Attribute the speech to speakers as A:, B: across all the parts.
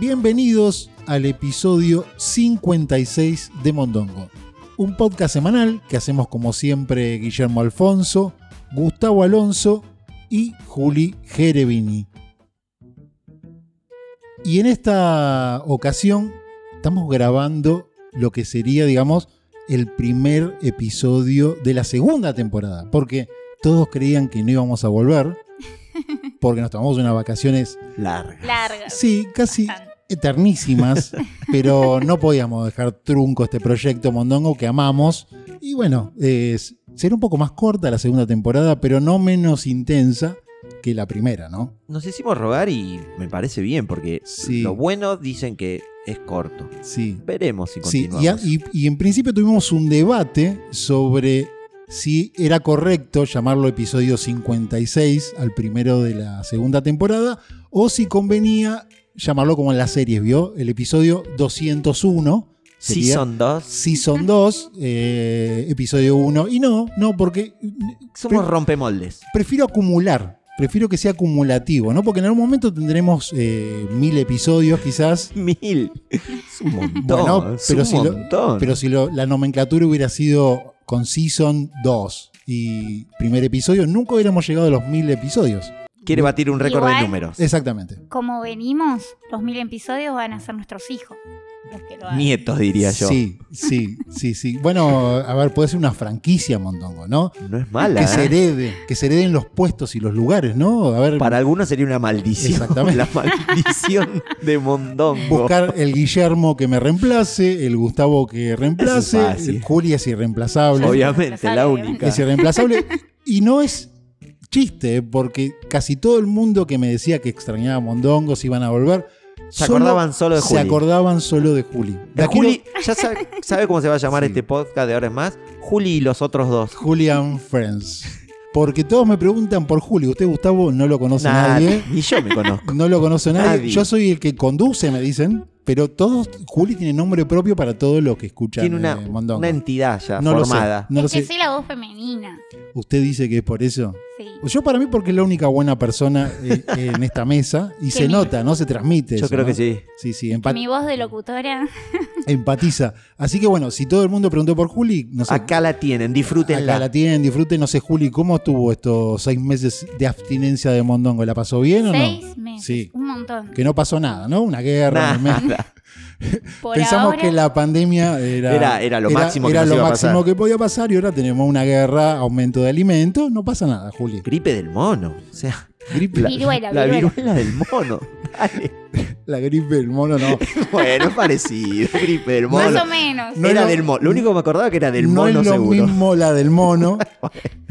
A: Bienvenidos al episodio 56 de Mondongo, un podcast semanal que hacemos como siempre Guillermo Alfonso, Gustavo Alonso y Juli Gerevini. Y en esta ocasión estamos grabando lo que sería, digamos, el primer episodio de la segunda temporada, porque todos creían que no íbamos a volver, porque nos tomamos unas vacaciones,
B: Larga.
C: Larga.
A: sí, casi
C: Bastante.
A: eternísimas, pero no podíamos dejar trunco este proyecto mondongo que amamos. Y bueno, es- será un poco más corta la segunda temporada, pero no menos intensa que la primera, ¿no?
B: Nos hicimos rogar y me parece bien porque
A: Sí.
B: lo bueno dicen que es corto.
A: Sí.
B: Veremos si
A: Sí,
B: continuamos.
A: y, a- y- y en principio tuvimos un debate sobre si era correcto llamarlo episodio 56 al primero de la segunda temporada o si convenía llamarlo como en las series, ¿vio? El episodio 201
B: si
A: sería
B: son dos,
A: Season 2, eh, episodio 1. Y no, no, porque
B: somos
A: Pero-
B: rompemoldes.
A: prefiero acumular. Prefiero que sea acumulativo, ¿no? Porque en algún momento tendremos eh, mil episodios quizás.
B: Mil. Es un montón.
A: Bueno,
B: es
A: pero
B: un
A: si lo-
B: montón.
A: Pero si lo- la nomenclatura hubiera sido con Season 2 y primer episodio, nunca hubiéramos llegado a los mil episodios.
B: Quiere batir un récord de
C: Igual-
B: números.
A: Exactamente.
C: Como venimos, los mil episodios van a ser nuestros hijos. Los que lo hagan.
B: Nietos, diría yo.
A: Sí, sí, sí, sí. Bueno, a ver, puede ser una franquicia, Mondongo, ¿no?
B: No es mala.
A: Que
B: ¿eh?
A: se herede, que se hereden los puestos y los lugares, ¿no? A ver,
B: Para algunos sería una maldición.
A: Exactamente.
B: La maldición de Mondongo.
A: buscar el Guillermo que me reemplace, el Gustavo que reemplace,
B: Eso es fácil.
A: el Juli es irreemplazable.
B: Obviamente, la única.
A: Es irreemplazable. y no es chiste, porque casi todo el mundo que me decía que extrañaba Mondongos iban a volver.
B: Se
A: solo-
B: acordaban solo de
A: se
B: Juli.
A: acordaban solo de Juli.
B: De
A: La quiero-
B: Juli, ya sabe, sabe cómo se va a llamar
A: Sí.
B: este podcast de ahora en más. Juli y los otros dos.
A: Julian Friends. Porque todos me preguntan por Juli. Usted, Gustavo, no lo conoce
B: Nah,
A: nadie.
B: Ni yo me conozco.
A: No lo conoce nadie.
B: Nadie.
A: Yo soy el que conduce, me dicen. Pero todos, Juli tiene nombre propio para todo lo que escuchan
B: Tiene una,
A: eh, Mondongo.
B: una entidad ya
A: no lo sé,
B: formada.
A: no lo
C: es que
A: sé.
C: soy la voz femenina.
A: Usted dice que es por eso.
C: Sí.
A: Yo para mí porque es la única buena persona eh, en esta mesa y se
C: mi-
A: nota, ¿no? Se transmite.
B: Yo
A: eso,
B: creo
A: ¿no?
B: que sí.
A: Sí, sí, empa-
C: Mi voz de locutora.
A: empatiza. Así que bueno, si todo el mundo preguntó por Juli, no sé,
B: Acá la tienen, disfrútenla.
A: acá la tienen, disfruten. No sé, Juli, ¿cómo estuvo estos seis meses de abstinencia de Mondongo? ¿La pasó bien o no?
C: Seis meses.
A: Sí.
C: Un montón.
A: Que no pasó nada, ¿no? Una guerra.
B: Nada.
A: un mes.
C: Por
A: Pensamos
C: ahora,
A: que la pandemia era,
B: Era- era lo máximo que
A: era
B: nos
A: lo
B: iba a
A: máximo
B: pasar.
A: que podía pasar y ahora tenemos una guerra, aumento de alimentos. No pasa nada, Juli.
B: Gripe del mono. O sea,
A: Gripe-
B: la,
A: la,
C: Viruela,
B: la
C: viruela.
B: del mono. Dale.
A: gripe del mono no.
B: Bueno, es parecido. Gripe del mono.
C: Más o menos.
A: no
B: era
A: es lo-
B: del mono. Lo único que me acordaba que era del
A: no
B: mono
A: es lo
B: seguro.
A: mismo la del mono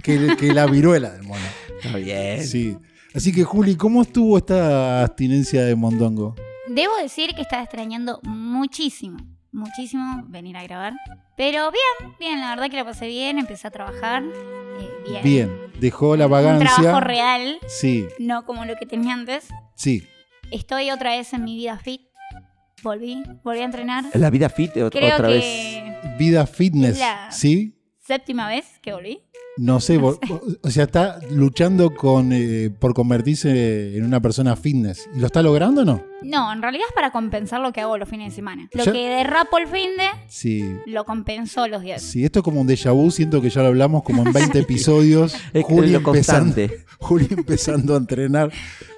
A: que, que la viruela del mono.
B: Está bien.
A: Sí. Así que, Juli, ¿cómo estuvo esta abstinencia de Mondongo?
C: Debo decir que estaba extrañando muchísimo. Muchísimo venir a grabar. Pero bien, bien. La verdad que la pasé bien. Empecé a trabajar. eh, bien.
A: Bien, dejó la
C: Un trabajo
A: vagancia.
C: real.
A: Sí,
C: No como lo que tenía antes.
A: sí.
C: Estoy otra vez en mi vida fit. Volví. Volví a entrenar.
B: La vida fit ot-
C: Creo
B: otra
C: que
B: vez.
A: Vida fitness,
C: La-
A: ¿sí?
C: séptima vez que volví.
A: No sé, vo- vo- o sea, está luchando con, eh, por convertirse en una persona fitness. ¿Y lo está logrando o no?
C: No, en realidad es para compensar lo que hago los fines de semana. Lo
A: Ya-
C: que derrapo el fin de,
A: Sí.
C: lo compensó los días.
A: Sí, esto es como un déjà vu, siento que ya lo hablamos como en 20 episodios.
B: Es que
A: Juli
B: lo
A: empezando,
B: constante.
A: Juli empezando a entrenar.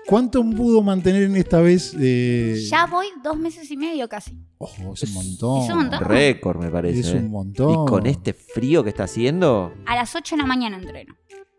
A: ¿Cuánto pudo mantener en esta vez? Eh,
C: Ya voy dos meses y medio casi.
A: ojo, es un montón.
C: Es un montón.
B: Récord, me parece.
A: Es
B: ¿eh?
A: un montón.
B: Y con este frío que está haciendo,
C: A las 8 de la mañana entreno.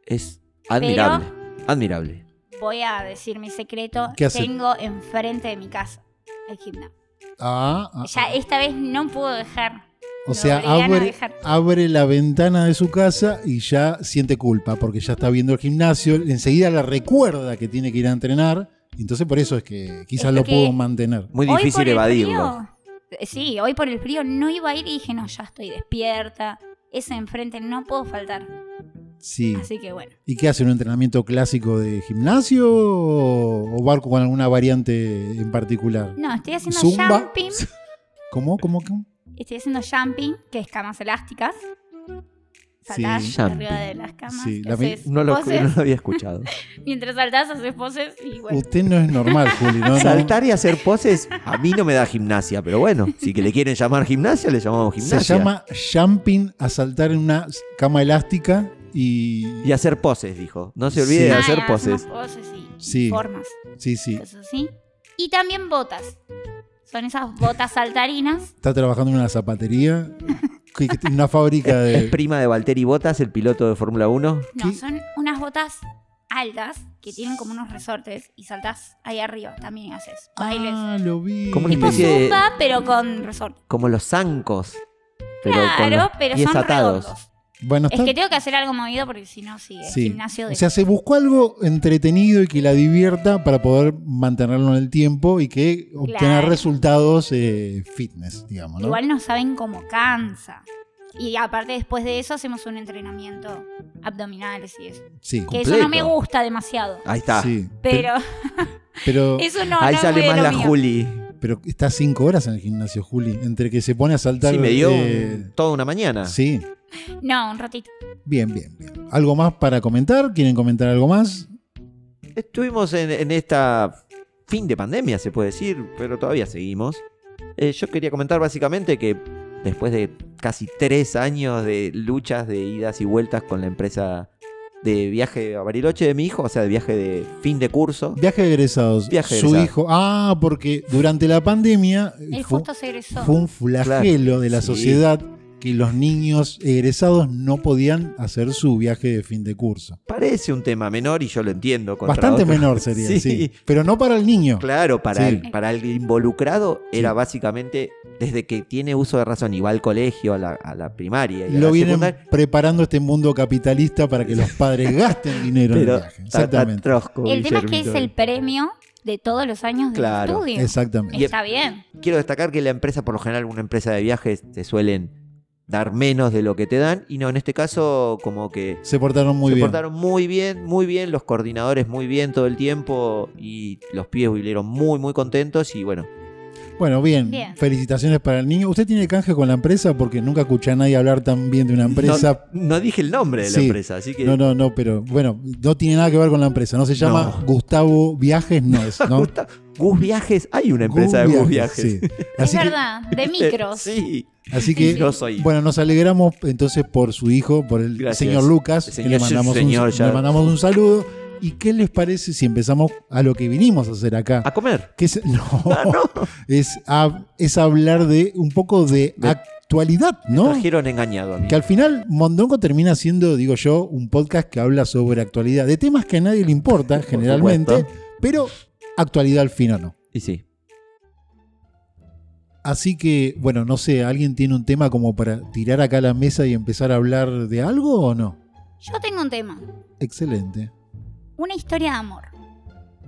B: es admirable. Admirable.
C: Voy a decir mi secreto.
A: ¿Qué hace?
C: Tengo enfrente de mi casa el gimnasio.
A: Ah, ah,
C: Ya esta vez no puedo dejar.
A: o sea,
C: obligan a
A: abre,
C: dejar.
A: abre la ventana de su casa y ya siente culpa porque ya está viendo el gimnasio. Enseguida la recuerda que tiene que ir a entrenar. Entonces, por eso es que quizás
C: Es
A: lo
C: que-
A: pudo mantener.
B: Muy
C: Hoy
B: difícil
C: por el
B: evadirlo.
C: frío- sí, hoy por el frío no iba a ir y dije, no, ya estoy despierta. Ese enfrente no puedo faltar.
A: Sí.
C: Así que bueno.
A: ¿Y qué hace? ¿Un entrenamiento clásico de gimnasio o o barco con alguna variante en particular?
C: No, estoy haciendo
A: Zumba.
C: jumping.
A: ¿Cómo? ¿Cómo? ¿Cómo?
C: Estoy haciendo jumping, que es camas elásticas. saltás
A: Sí.
C: arriba de las camas.
A: Sí,
C: que
A: la mi-
C: haces
B: No lo,
C: poses.
B: no lo había escuchado.
C: Mientras saltás, haces poses y bueno.
A: Usted no es normal, Juli. No, no.
B: Saltar y hacer poses a mí no me da gimnasia, pero bueno, si que le quieren llamar gimnasia, le llamamos
A: Se
B: gimnasia.
A: llama jumping a saltar en una cama elástica y.
B: Y hacer poses, dijo. No se olvide
A: Sí.
B: de
C: Ah,
B: hacer
C: y hacemos
B: poses.
C: poses y
A: Sí.
C: formas.
A: Sí, sí.
C: Eso sí. Y también botas. Son esas botas saltarinas.
A: Está trabajando en una zapatería, que- que tiene una fábrica
B: Es
A: de.
B: prima de Valtteri Botas, el piloto de Fórmula 1.
C: No,
A: ¿Qué?
C: son unas botas altas que tienen como unos resortes y saltás ahí arriba. También haces bailes.
A: Ah, lo vi.
B: Como una
C: tipo
B: especie de-
C: zumba, pero con resorte.
B: Como los zancos. Pero con los
C: claro, pero
B: pies
C: son
B: atados.
C: redondos.
A: Bueno,
C: Es
A: está.
C: que tengo que hacer algo movido porque si no, sí, es
A: Sí.
C: gimnasio de...
A: O sea, se buscó algo entretenido y que la divierta para poder mantenerlo en el tiempo y que obtener
C: Claro.
A: resultados eh, fitness, digamos, ¿no?
C: Igual no saben cómo cansa. Y aparte después de eso hacemos un entrenamiento abdominales y eso.
A: Sí,
C: Que eso no me
B: Completo.
C: gusta demasiado.
B: Ahí está.
A: sí.
C: Pero
A: Pero,
C: eso no,
B: Ahí
C: no
B: sale
C: fue
B: más
C: lo
B: la
C: mío.
B: Juli.
A: pero está cinco horas en el gimnasio, Juli. Entre que se pone a saltar.
B: Sí, me dio
A: eh,
B: un- Ah. toda una mañana.
A: Sí,
C: No, un ratito.
A: bien, bien, bien. ¿Algo más para comentar? ¿Quieren comentar algo más?
B: Estuvimos en, en esta fin de pandemia, se puede decir, pero todavía seguimos. Eh, yo quería comentar básicamente que después de casi tres años de luchas, de idas y vueltas con la empresa de viaje a Bariloche de mi hijo, o sea, de viaje de fin de curso,
A: Viaje de egresados.
B: Viaje de
A: Su
B: egresados.
A: hijo. Ah, porque durante la pandemia eh,
C: Él
A: fue,
C: justo se egresó.
A: fue un flagelo
B: Claro,
A: de la
B: sí.
A: sociedad que los niños egresados no podían hacer su viaje de fin de curso.
B: parece un tema menor y yo lo entiendo. contra
A: Bastante
B: otro.
A: menor sería, sí.
B: Sí.
A: Pero no para el niño.
B: Claro, para,
A: Sí.
B: el, para el involucrado era básicamente desde que tiene uso de razón y va al colegio, a la, a la primaria y a
A: Lo
B: la
A: vienen
B: secundaria.
A: preparando este mundo capitalista para que los padres gasten dinero en
B: Pero
A: el viaje.
B: está- está
A: Exactamente.
B: trosco,
C: el tema es que es
B: Guillermito.
C: el premio de todos los años de
B: Claro,
C: estudio.
A: Exactamente.
B: Y-
C: Está bien.
B: quiero destacar que la empresa, por lo general, una empresa de viajes te suelen dar menos de lo que te dan. Y no, en este caso, como que
A: Se portaron muy
B: se
A: bien.
B: portaron muy bien, muy bien, los coordinadores muy bien todo el tiempo. Y los pibes volvieron muy, muy contentos. Y bueno,
A: Bueno, bien.
C: Bien.
A: Felicitaciones para el niño. ¿Usted tiene canje con la empresa? Porque nunca escuché a nadie hablar tan bien de una empresa.
B: no, no dije el nombre de la
A: Sí.
B: empresa, así que.
A: No, no, no, pero bueno, no tiene nada que ver con la empresa. No se llama
B: No.
A: Gustavo Viajes, no es, ¿no?
B: Gusta- Gus Viajes, hay una empresa de Gus Viajes.
A: sí.
B: Eh,
C: Es
A: Así que, este,
C: verdad, de micros.
B: Sí,
A: así que
B: yo soy.
A: bueno, nos alegramos entonces por su hijo, por el
B: Gracias.
A: señor Lucas,
B: El
A: que le
B: señor-
A: mandamos,
B: señor,
A: un,
B: ya.
A: le mandamos un saludo. ¿Y qué les parece si empezamos a lo que vinimos a hacer acá?
B: A comer.
A: Que es, Ah, no, Es, hab- es hablar de un poco de,
B: Me-
A: actualidad, ¿no?
B: Trajeron engañado a mí.
A: Que al final Mondongo termina siendo, digo yo, un podcast que habla sobre actualidad, de temas que a nadie le importa generalmente,
B: supuesto.
A: pero actualidad al fin o no.
B: Y sí.
A: Así que, bueno, no sé, ¿alguien tiene un tema como para tirar acá a la mesa y empezar a hablar de algo o no?
C: Yo tengo un tema.
A: Excelente,
C: Una historia de amor.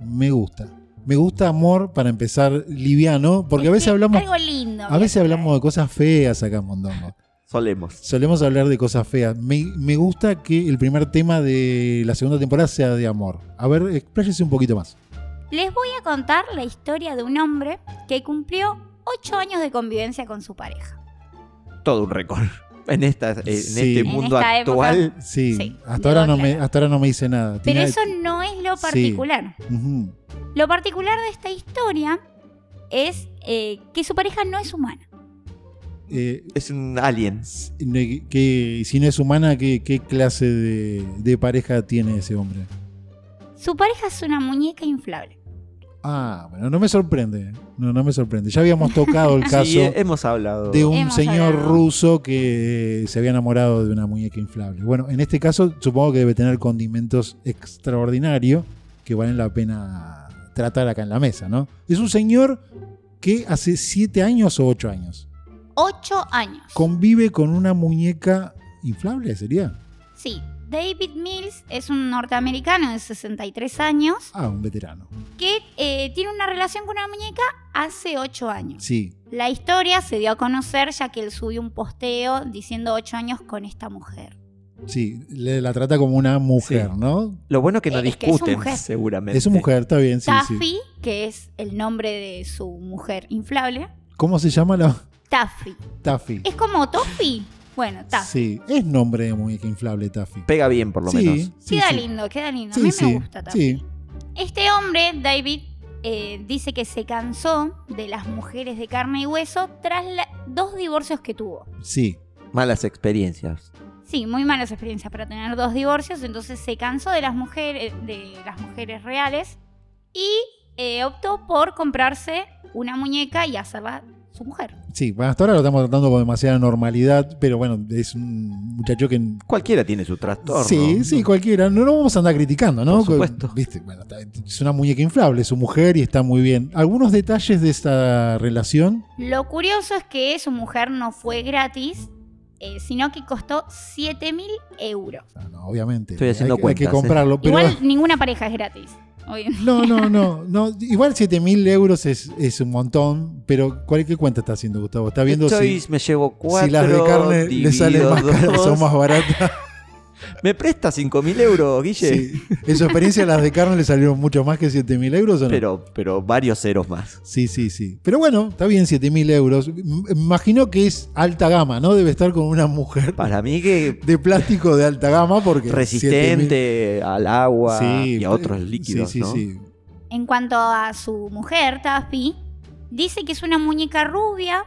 A: me gusta. Me gusta amor para empezar liviano, porque a
C: Es
A: veces
C: que
A: hablamos,
C: Este, Algo lindo.
A: a veces hablamos de cosas feas acá en Mondongo.
B: Solemos.
A: Solemos hablar de cosas feas. Me, me gusta que el primer tema de la segunda temporada sea de amor. A ver, expláyese un poquito más.
C: Les voy a contar la historia de un hombre que cumplió 8 años de convivencia con su pareja.
B: Todo un récord. En, esta, en
A: Sí.
B: este
A: En
B: mundo
C: esta época.
B: actual.
A: Sí,
C: Sí,
A: hasta, ahora
C: debo
A: no me,
C: aclarar.
A: hasta ahora no me dice nada.
C: Pero
A: Tiene-
C: eso no es lo
A: Sí.
C: particular.
A: Ujú.
C: Lo particular de esta historia es eh, que su pareja no es humana.
A: Eh,
B: Es un alien.
A: ne- que, si no es humana, ¿qué, qué clase de, de pareja tiene ese hombre?
C: Su pareja es una muñeca inflable.
A: Ah, bueno, no me sorprende. No, no me sorprende. Ya habíamos tocado el caso
B: Sí, eh, hemos hablado.
A: de un
C: Hemos
A: señor
C: hablado.
A: ruso que eh, se había enamorado de una muñeca inflable. Bueno, en este caso supongo que debe tener condimentos extraordinarios que valen la pena tratar acá en la mesa, ¿no? Es un señor que hace siete años o ocho años
C: Ocho años.
A: convive con una muñeca inflable, sería.
C: Sí, David Mills es un norteamericano de 63 años
A: Ah, un veterano.
C: que eh, tiene una relación con una muñeca hace 8 años.
A: Sí,
C: La historia se dio a conocer ya que él subió un posteo diciendo 8 años con esta mujer.
A: sí, le- la trata como una mujer, ¿no?
B: Lo bueno es que no
C: Es que es su
B: discuten,
C: mujer.
B: seguramente.
A: Es su mujer, está bien, sí,
C: Taffy,
A: sí.
C: que es el nombre de su mujer inflable.
A: ¿Cómo se llama la
C: Taffy.
A: Taffy?
C: Es como Toffy. Bueno, está.
A: Sí, es nombre de muñeca inflable Taffy.
B: Pega bien, por lo
A: sí,
B: menos.
A: sí,
C: Queda
A: sí.
C: lindo, queda lindo.
A: Sí,
C: a mí
A: sí,
C: me gusta Taffy.
A: sí.
C: Este hombre, David, eh, dice que se cansó de las mujeres de carne y hueso tras la- dos divorcios que tuvo.
A: Sí,
B: Malas experiencias.
C: Sí, muy malas experiencias para tener dos divorcios, entonces se cansó de las mujeres, de las mujeres reales y eh, optó por comprarse una muñeca y hacerla su mujer.
A: sí. Bueno, hasta ahora lo estamos tratando con demasiada normalidad, pero bueno, es un muchacho que.
B: Cualquiera tiene su trastorno.
A: Sí, sí, cualquiera. No lo vamos a andar criticando, ¿no?
B: Por supuesto.
A: Viste, bueno, está- es una muñeca inflable, es su mujer y está muy bien. Algunos detalles de esta relación.
C: Lo curioso es que su mujer no fue gratis, eh, sino que costó 7 mil euros.
A: Ah, no, obviamente.
B: Estoy haciendo
A: hay, que- hay que
B: cuentas, ¿eh?
A: comprarlo. Pero,
C: Igual ninguna pareja es gratis. obvio.
A: No, no, no, no. Igual 7000 euros es, es un montón, pero ¿cuál, ¿qué cuenta está haciendo Gustavo? Está viendo
B: Estoy-
A: si,
B: me llevo cuatro.
A: si las de carne le
B: divido
A: salen más caras o
B: dos.
A: más baratas.
B: ¿Me presta 5 mil euros, Guille?
A: Sí. En su experiencia, las de carne le salieron mucho más que 7000 euros, ¿o no?
B: Pero, pero varios ceros más.
A: Sí, sí, sí. Pero bueno, está bien, 7000 euros. M- me Imagino que es alta gama, ¿no? Debe estar con una mujer
B: Para mí que
A: de plástico de alta gama porque. 7000
B: resistente al agua
A: Sí,
B: y a otros líquidos,
A: Sí, sí,
B: ¿no?
A: sí.
C: En cuanto a su mujer, Taffy, dice que es una muñeca rubia,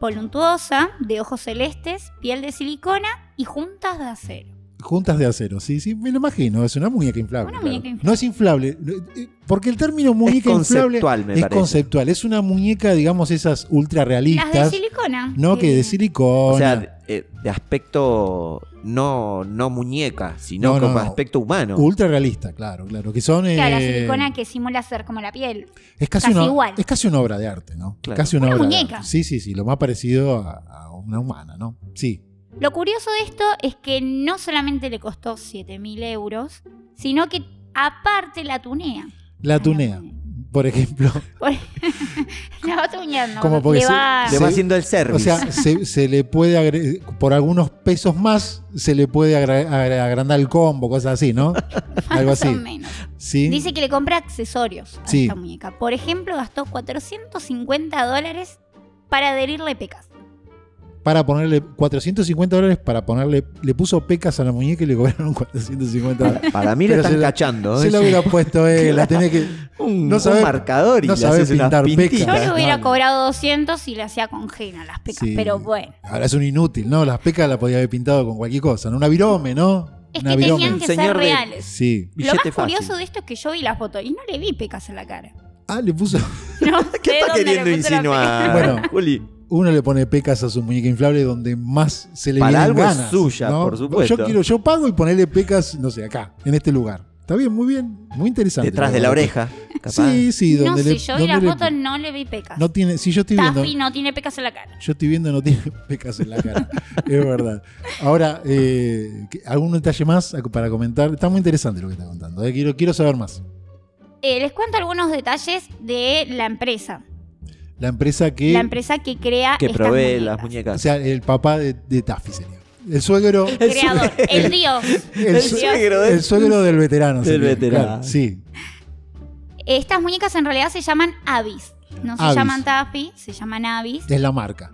C: voluntuosa, de ojos celestes, piel de silicona y juntas de acero.
A: Juntas de acero, sí, sí, me lo imagino, es una muñeca inflable.
C: Una
A: claro.
C: muñeca inflable.
A: No es inflable, eh, porque el término
B: Es
A: muñeca inflable
B: conceptual, me
A: es
B: parece.
A: conceptual, es una muñeca, digamos, esas ultra
C: Las de
A: realistas,
C: silicona.
A: no que de silicona.
B: O sea, de, eh, de aspecto no, no muñeca, sino
A: No, no,
B: como
A: no.
B: aspecto humano.
A: ultra realista, claro, claro, que son
C: Claro, la
A: eh,
C: silicona que simula ser como la piel.
A: es casi,
C: casi
A: una,
C: igual.
A: es casi una obra de arte, ¿no?
B: Claro.
A: Casi una,
C: Una
A: obra de
C: muñeca.
A: arte. Sí, sí, sí, lo más parecido a, a una humana, ¿no? Sí.
C: Lo curioso de esto es que no solamente le costó 7.000 euros, sino que aparte la tunea.
A: La tunea, por ejemplo.
C: La va tuneando.
A: Como porque
C: le
A: se-
C: va-
B: Le va
A: Sí.
B: haciendo el service.
A: O sea, se, se le puede, agre- por algunos pesos más, se le puede agra- agra- agrandar el combo, cosas así, ¿no? Algo
C: más o
A: así.
C: menos.
A: Sí.
C: Dice que le compra accesorios a
A: Sí.
C: esta muñeca. Por ejemplo, gastó 450 dólares para adherirle pecas.
A: Para ponerle 450 dólares, para ponerle, le puso pecas a la muñeca y le cobraron 450 dólares.
B: Para mí le
A: Pero
B: están
A: se lo-
B: cachando.
A: Se
B: ¿eh?
A: lo hubiera puesto él, la tenés que.
B: un,
A: no
B: un
A: sabe-
B: marcador y
A: no
B: le
A: sabe
B: haces unas
A: pintar
B: pintitas.
A: pecas.
C: Yo le
A: no,
C: hubiera
A: no.
C: cobrado 200 y le hacía con henna las pecas.
A: Sí.
C: Pero bueno,
A: Ahora es un inútil, ¿no? Las pecas las podía haber pintado con cualquier cosa, ¿no? Una virome, ¿no?
C: es
A: Una
C: que tenían que ser
B: Señor de-
C: reales.
A: Sí.
C: Lo más
B: Billete fácil.
C: curioso de esto es que yo vi las fotos y no le vi pecas en la cara.
A: Ah, le puso.
C: No sé
B: ¿Qué está
C: dónde le
B: queriendo
C: puso la
B: insinuar,
A: Bueno.
B: Juli?
A: Uno le pone pecas a su muñeca inflable donde más se le
B: Para
A: vienen
B: algo es
A: ganas,
B: suya,
A: ¿no?
B: por supuesto.
A: Yo quiero, yo pago y ponerle pecas, no sé, acá, en este lugar. Está bien, muy bien, muy interesante.
B: Detrás de la oreja. Capaz.
A: Sí, sí,
C: pecas. No
A: donde
C: sé,
A: le,
C: yo vi las
A: donde le-
C: fotos no le vi pecas.
A: no tiene, si yo estoy viendo,
C: Taffy no tiene pecas en la cara.
A: yo estoy viendo no tiene pecas en la cara, es verdad. Ahora, eh, ¿qué- algún detalle más para comentar. Está muy interesante lo que está contando. eh, Quiero, quiero saber más.
C: Eh, les cuento algunos detalles de la empresa.
A: La empresa que,
C: La empresa que crea
B: Que
C: estas
B: provee
C: muñecas.
B: las
A: o
B: muñecas.
A: sea, el papá de, de Taffy sería. El suegro,
C: El creador, el dios.
B: el
A: su-
B: suegro, ¿eh?
A: el suegro del veterano.
B: Del
A: sería,
B: veterano.
A: claro, sí,
C: Estas muñecas en realidad se llaman Avis. No se
A: Avis.
C: llaman Taffy, se llaman Avis.
A: es la marca.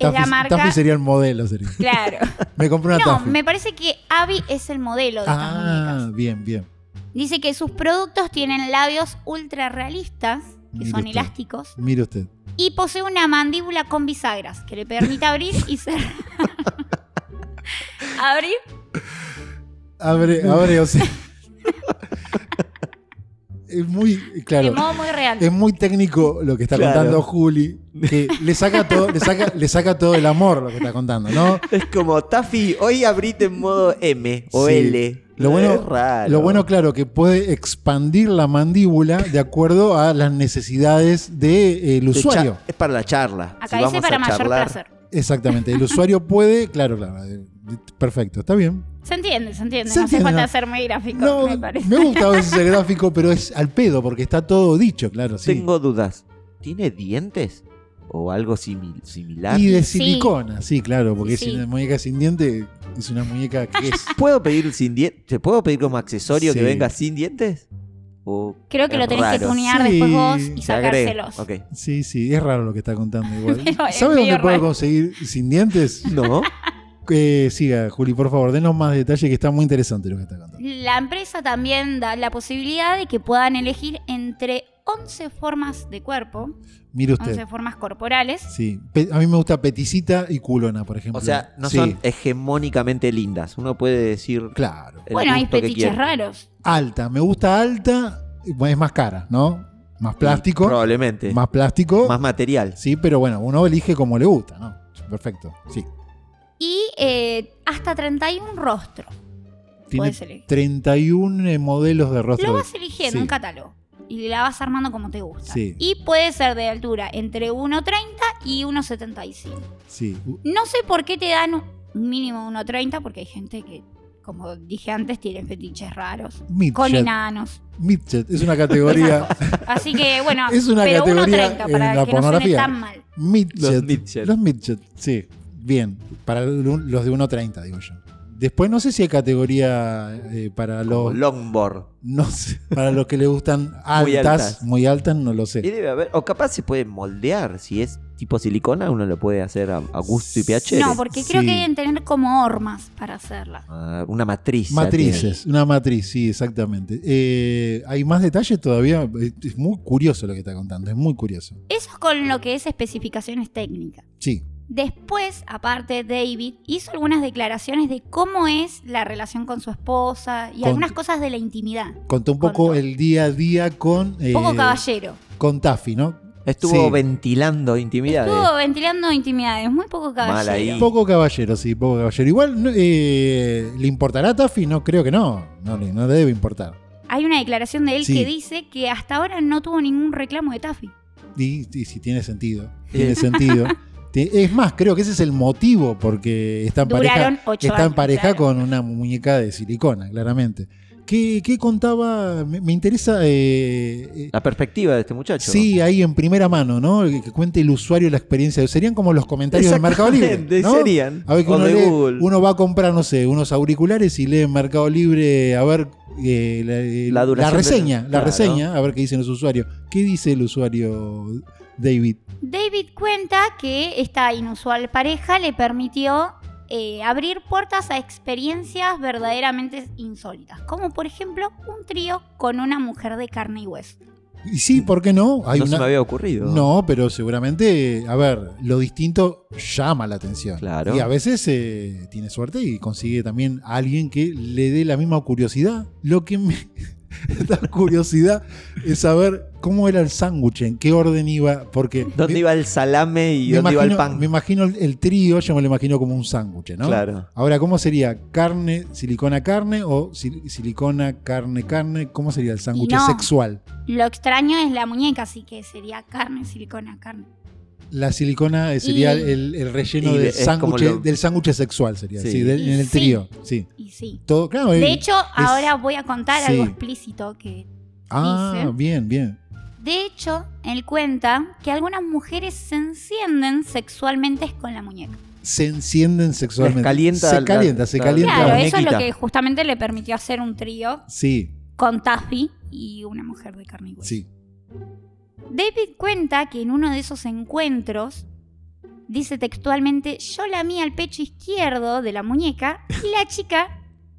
C: Es la
A: Taffy-
C: marca-
A: Taffy sería el modelo, sería.
C: Claro.
A: Me compré una
C: No,
A: Taffy.
C: me parece que Avi es el modelo de estas
A: Ah,
C: muñecas.
A: bien, bien.
C: Dice que sus productos tienen labios ultra realistas, que
A: Mire
C: son
A: usted.
C: elásticos,
A: Mire usted.
C: y posee una mandíbula con bisagras que le permite abrir y cerrar. abrir
A: Abre, abre, o sea. es muy,
C: de
A: claro.
C: modo muy real.
A: Es muy técnico lo que está
B: Claro.
A: contando Juli, que le saca todo, le saca, le saca todo el amor lo que está contando, ¿no?
B: Es como, Taffy, hoy abrite en modo M o
A: Sí.
B: L.
A: Lo bueno-
B: Es raro.
A: Lo bueno, claro, que puede expandir la mandíbula de acuerdo a las necesidades del
B: De cha-
A: usuario.
B: Es para la charla. Si
C: Acá dice
B: vamos
C: para
B: a
C: mayor
B: charlar,
C: placer.
A: Exactamente. El usuario puede, claro, claro. eh, Perfecto, está bien.
C: Se entiende, se entiende.
A: Se
C: no hace
A: entiende,
C: falta
A: no.
C: ser muy gráfico,
A: No,
C: me
A: me,
C: parece.
A: gusta a veces el gráfico, pero es al pedo, porque está todo dicho, claro, sí.
B: Tengo dudas. ¿Tiene dientes? ¿O algo simil- similar?
A: Y de
C: Sí.
A: silicona, sí, claro, porque
C: Sí.
A: es una muñeca sin diente, es una muñeca que es.
B: ¿Puedo pedir sin dientes? ¿Te puedo pedir como accesorio
A: Sí.
B: que venga sin dientes? ¿O
C: Creo que
B: es
C: lo tenés que
B: raro?
C: tunear
A: Sí,
C: después vos y
B: Se agrega.
C: sacárselos.
B: Ok.
A: Sí, sí, es raro lo que está contando igual.
C: Pero es
A: ¿Sabe
C: medio
A: dónde puedo
C: raro.
A: conseguir sin dientes?
B: No.
A: Eh, siga, Juli, por favor, denos más detalles que está muy interesante lo que está contando.
C: La empresa también da la posibilidad de que puedan elegir entre 11 formas de cuerpo,
A: Mire
C: 11
A: usted.
C: formas corporales.
A: Sí. Pe- A mí me gusta peticita y culona, por ejemplo.
B: O sea, no
A: Sí,
B: son hegemónicamente lindas. Uno puede decir
A: Claro.
B: el
C: bueno, hay
B: gusto que
C: fetiches
B: quiere.
C: raros.
A: Alta, me gusta alta, es más cara, ¿no? Más plástico.
B: Probablemente. Más,
A: Más plástico.
B: material.
A: Sí, pero bueno, uno elige como le gusta, ¿no? Perfecto. Sí.
C: Y eh, hasta 31 rostros.
A: Tiene
C: Podés elegir.
A: 31 modelos de rostro.
C: Lo vas
A: Sí.
C: eligiendo un catálogo y la vas armando como te gusta.
A: Sí.
C: Y puede ser de altura entre 1.30 y 1.75.
A: Sí. U-
C: No sé por qué te dan un mínimo 1.30 porque hay gente que, como dije antes, tiene fetiches raros. Con
A: Midget.
C: enanos.
A: Midget. Es una categoría.
C: Así que bueno,
A: Es una
C: pero
A: categoría
C: 1.30
A: en
C: para
A: la
C: que no suene
A: pornografía.
C: tan mal.
A: Midget.
B: Los midget.
A: Los midget, sí. Bien. Para lo- los de 1.30, digo yo. Después no sé si hay categoría eh, para
B: Como
A: los.
B: Longboard.
A: No sé. Para los que le gustan altas.
B: Muy
A: Muy
B: altas.
A: altas, no lo
B: Y
A: sé.
B: debe haber, o capaz se puede moldear. Si es tipo silicona, uno lo puede hacer a, a gusto y pH.
C: No, porque creo
A: Sí.
C: que deben tener como hormas para hacerla.
B: Ah, una matriz. ya tiene.
A: Matrices, una matriz, sí, exactamente. Eh, ¿Hay más detalles todavía? Es- Es muy curioso lo que está contando, es muy curioso.
C: Eso es con lo que es especificaciones técnicas.
A: Sí,
C: Después, aparte, David hizo algunas declaraciones de cómo es la relación con su esposa y
A: Con-
C: algunas cosas de la intimidad.
A: contó un poco
C: Contó.
A: el día a día con, eh,
C: Poco caballero.
A: con Taffy, ¿no?
B: Estuvo
A: Sí.
B: ventilando intimidades.
C: Estuvo ventilando intimidades, muy poco
B: Mal ahí.
C: caballero.
A: Poco caballero, sí, poco caballero. Igual, no, eh, ¿le importará a Taffy? No, creo que no. No, le- no le debe importar.
C: Hay una declaración de él
A: Sí.
C: que dice que hasta ahora no tuvo ningún reclamo de Taffy.
A: Y, y si tiene sentido,
B: Sí.
C: Eh.
A: tiene sentido. Te- Es más, creo que ese es el motivo porque está en pareja,
C: Duraron ocho
A: está en
C: años,
A: pareja
C: claro.
A: con una muñeca de silicona, claramente. ¿Qué, qué contaba? Me, me interesa eh, eh,
B: La perspectiva de este muchacho.
A: Sí, ahí en primera mano, ¿no? Que que cuente el usuario la experiencia. Serían como los comentarios del Mercado Libre.
B: Exactamente,
A: ¿no?
B: serían.
A: A ver, que
B: O
A: uno,
B: de
A: lee-
B: Google.
A: uno va a comprar, no sé, unos auriculares y lee en Mercado Libre a ver eh, la, eh,
B: La duración
A: reseña,
B: del-
A: la
B: claro.
A: reseña, a ver qué dicen los usuarios. ¿Qué dice el usuario David?
C: David cuenta que esta inusual pareja le permitió eh, abrir puertas a experiencias verdaderamente insólitas, como por ejemplo un trío con una mujer de carne y hueso.
A: Y sí, ¿por qué no? Hay
B: no
A: una-
B: se me había ocurrido.
A: No, pero seguramente, a ver, lo distinto llama la atención.
B: Claro.
A: Y a veces eh, tiene suerte y consigue también a alguien que le dé la misma curiosidad. Lo que me da curiosidad es saber cómo era el sándwich, en qué orden iba, porque...
B: ¿Dónde iba el salame y
A: me
B: dónde iba el
A: imagino-
B: pan?
A: Me imagino el, el trío, yo me lo imagino como un sándwich, ¿no?
B: Claro.
A: Ahora, ¿cómo sería? ¿Carne, silicona, carne o sil- silicona, carne, carne? ¿Cómo sería el sándwich
C: no.
A: sexual?
C: Lo extraño es la muñeca, así que sería carne, silicona, carne.
A: La silicona eh, sería
C: Y-
A: el, el relleno
B: y
A: del
B: es como
A: sándwich,
B: lo-
A: del sándwich sexual, sería,
B: Sí.
A: sí, del-
C: Y
A: en el
C: sí.
A: trío, sí.
C: Y sí.
A: Todo, claro,
C: De
A: eh,
C: hecho, ahora voy a contar
A: sí.
C: algo explícito que...
A: ah,
C: dicen.
A: bien, bien.
C: De hecho, él cuenta que algunas mujeres se encienden sexualmente con la muñeca.
A: Se encienden sexualmente.
B: Les calienta
A: se
B: la-
A: calienta, se
B: la-
A: calienta.
C: Claro,
B: la
C: eso es lo
B: muñequita.
C: que justamente le permitió hacer un trío
A: Sí,
C: con Taffy y una mujer de carne y hueso.
A: sí.
C: David cuenta que en uno de esos encuentros dice textualmente: Yo lamí al pecho izquierdo de la muñeca y la chica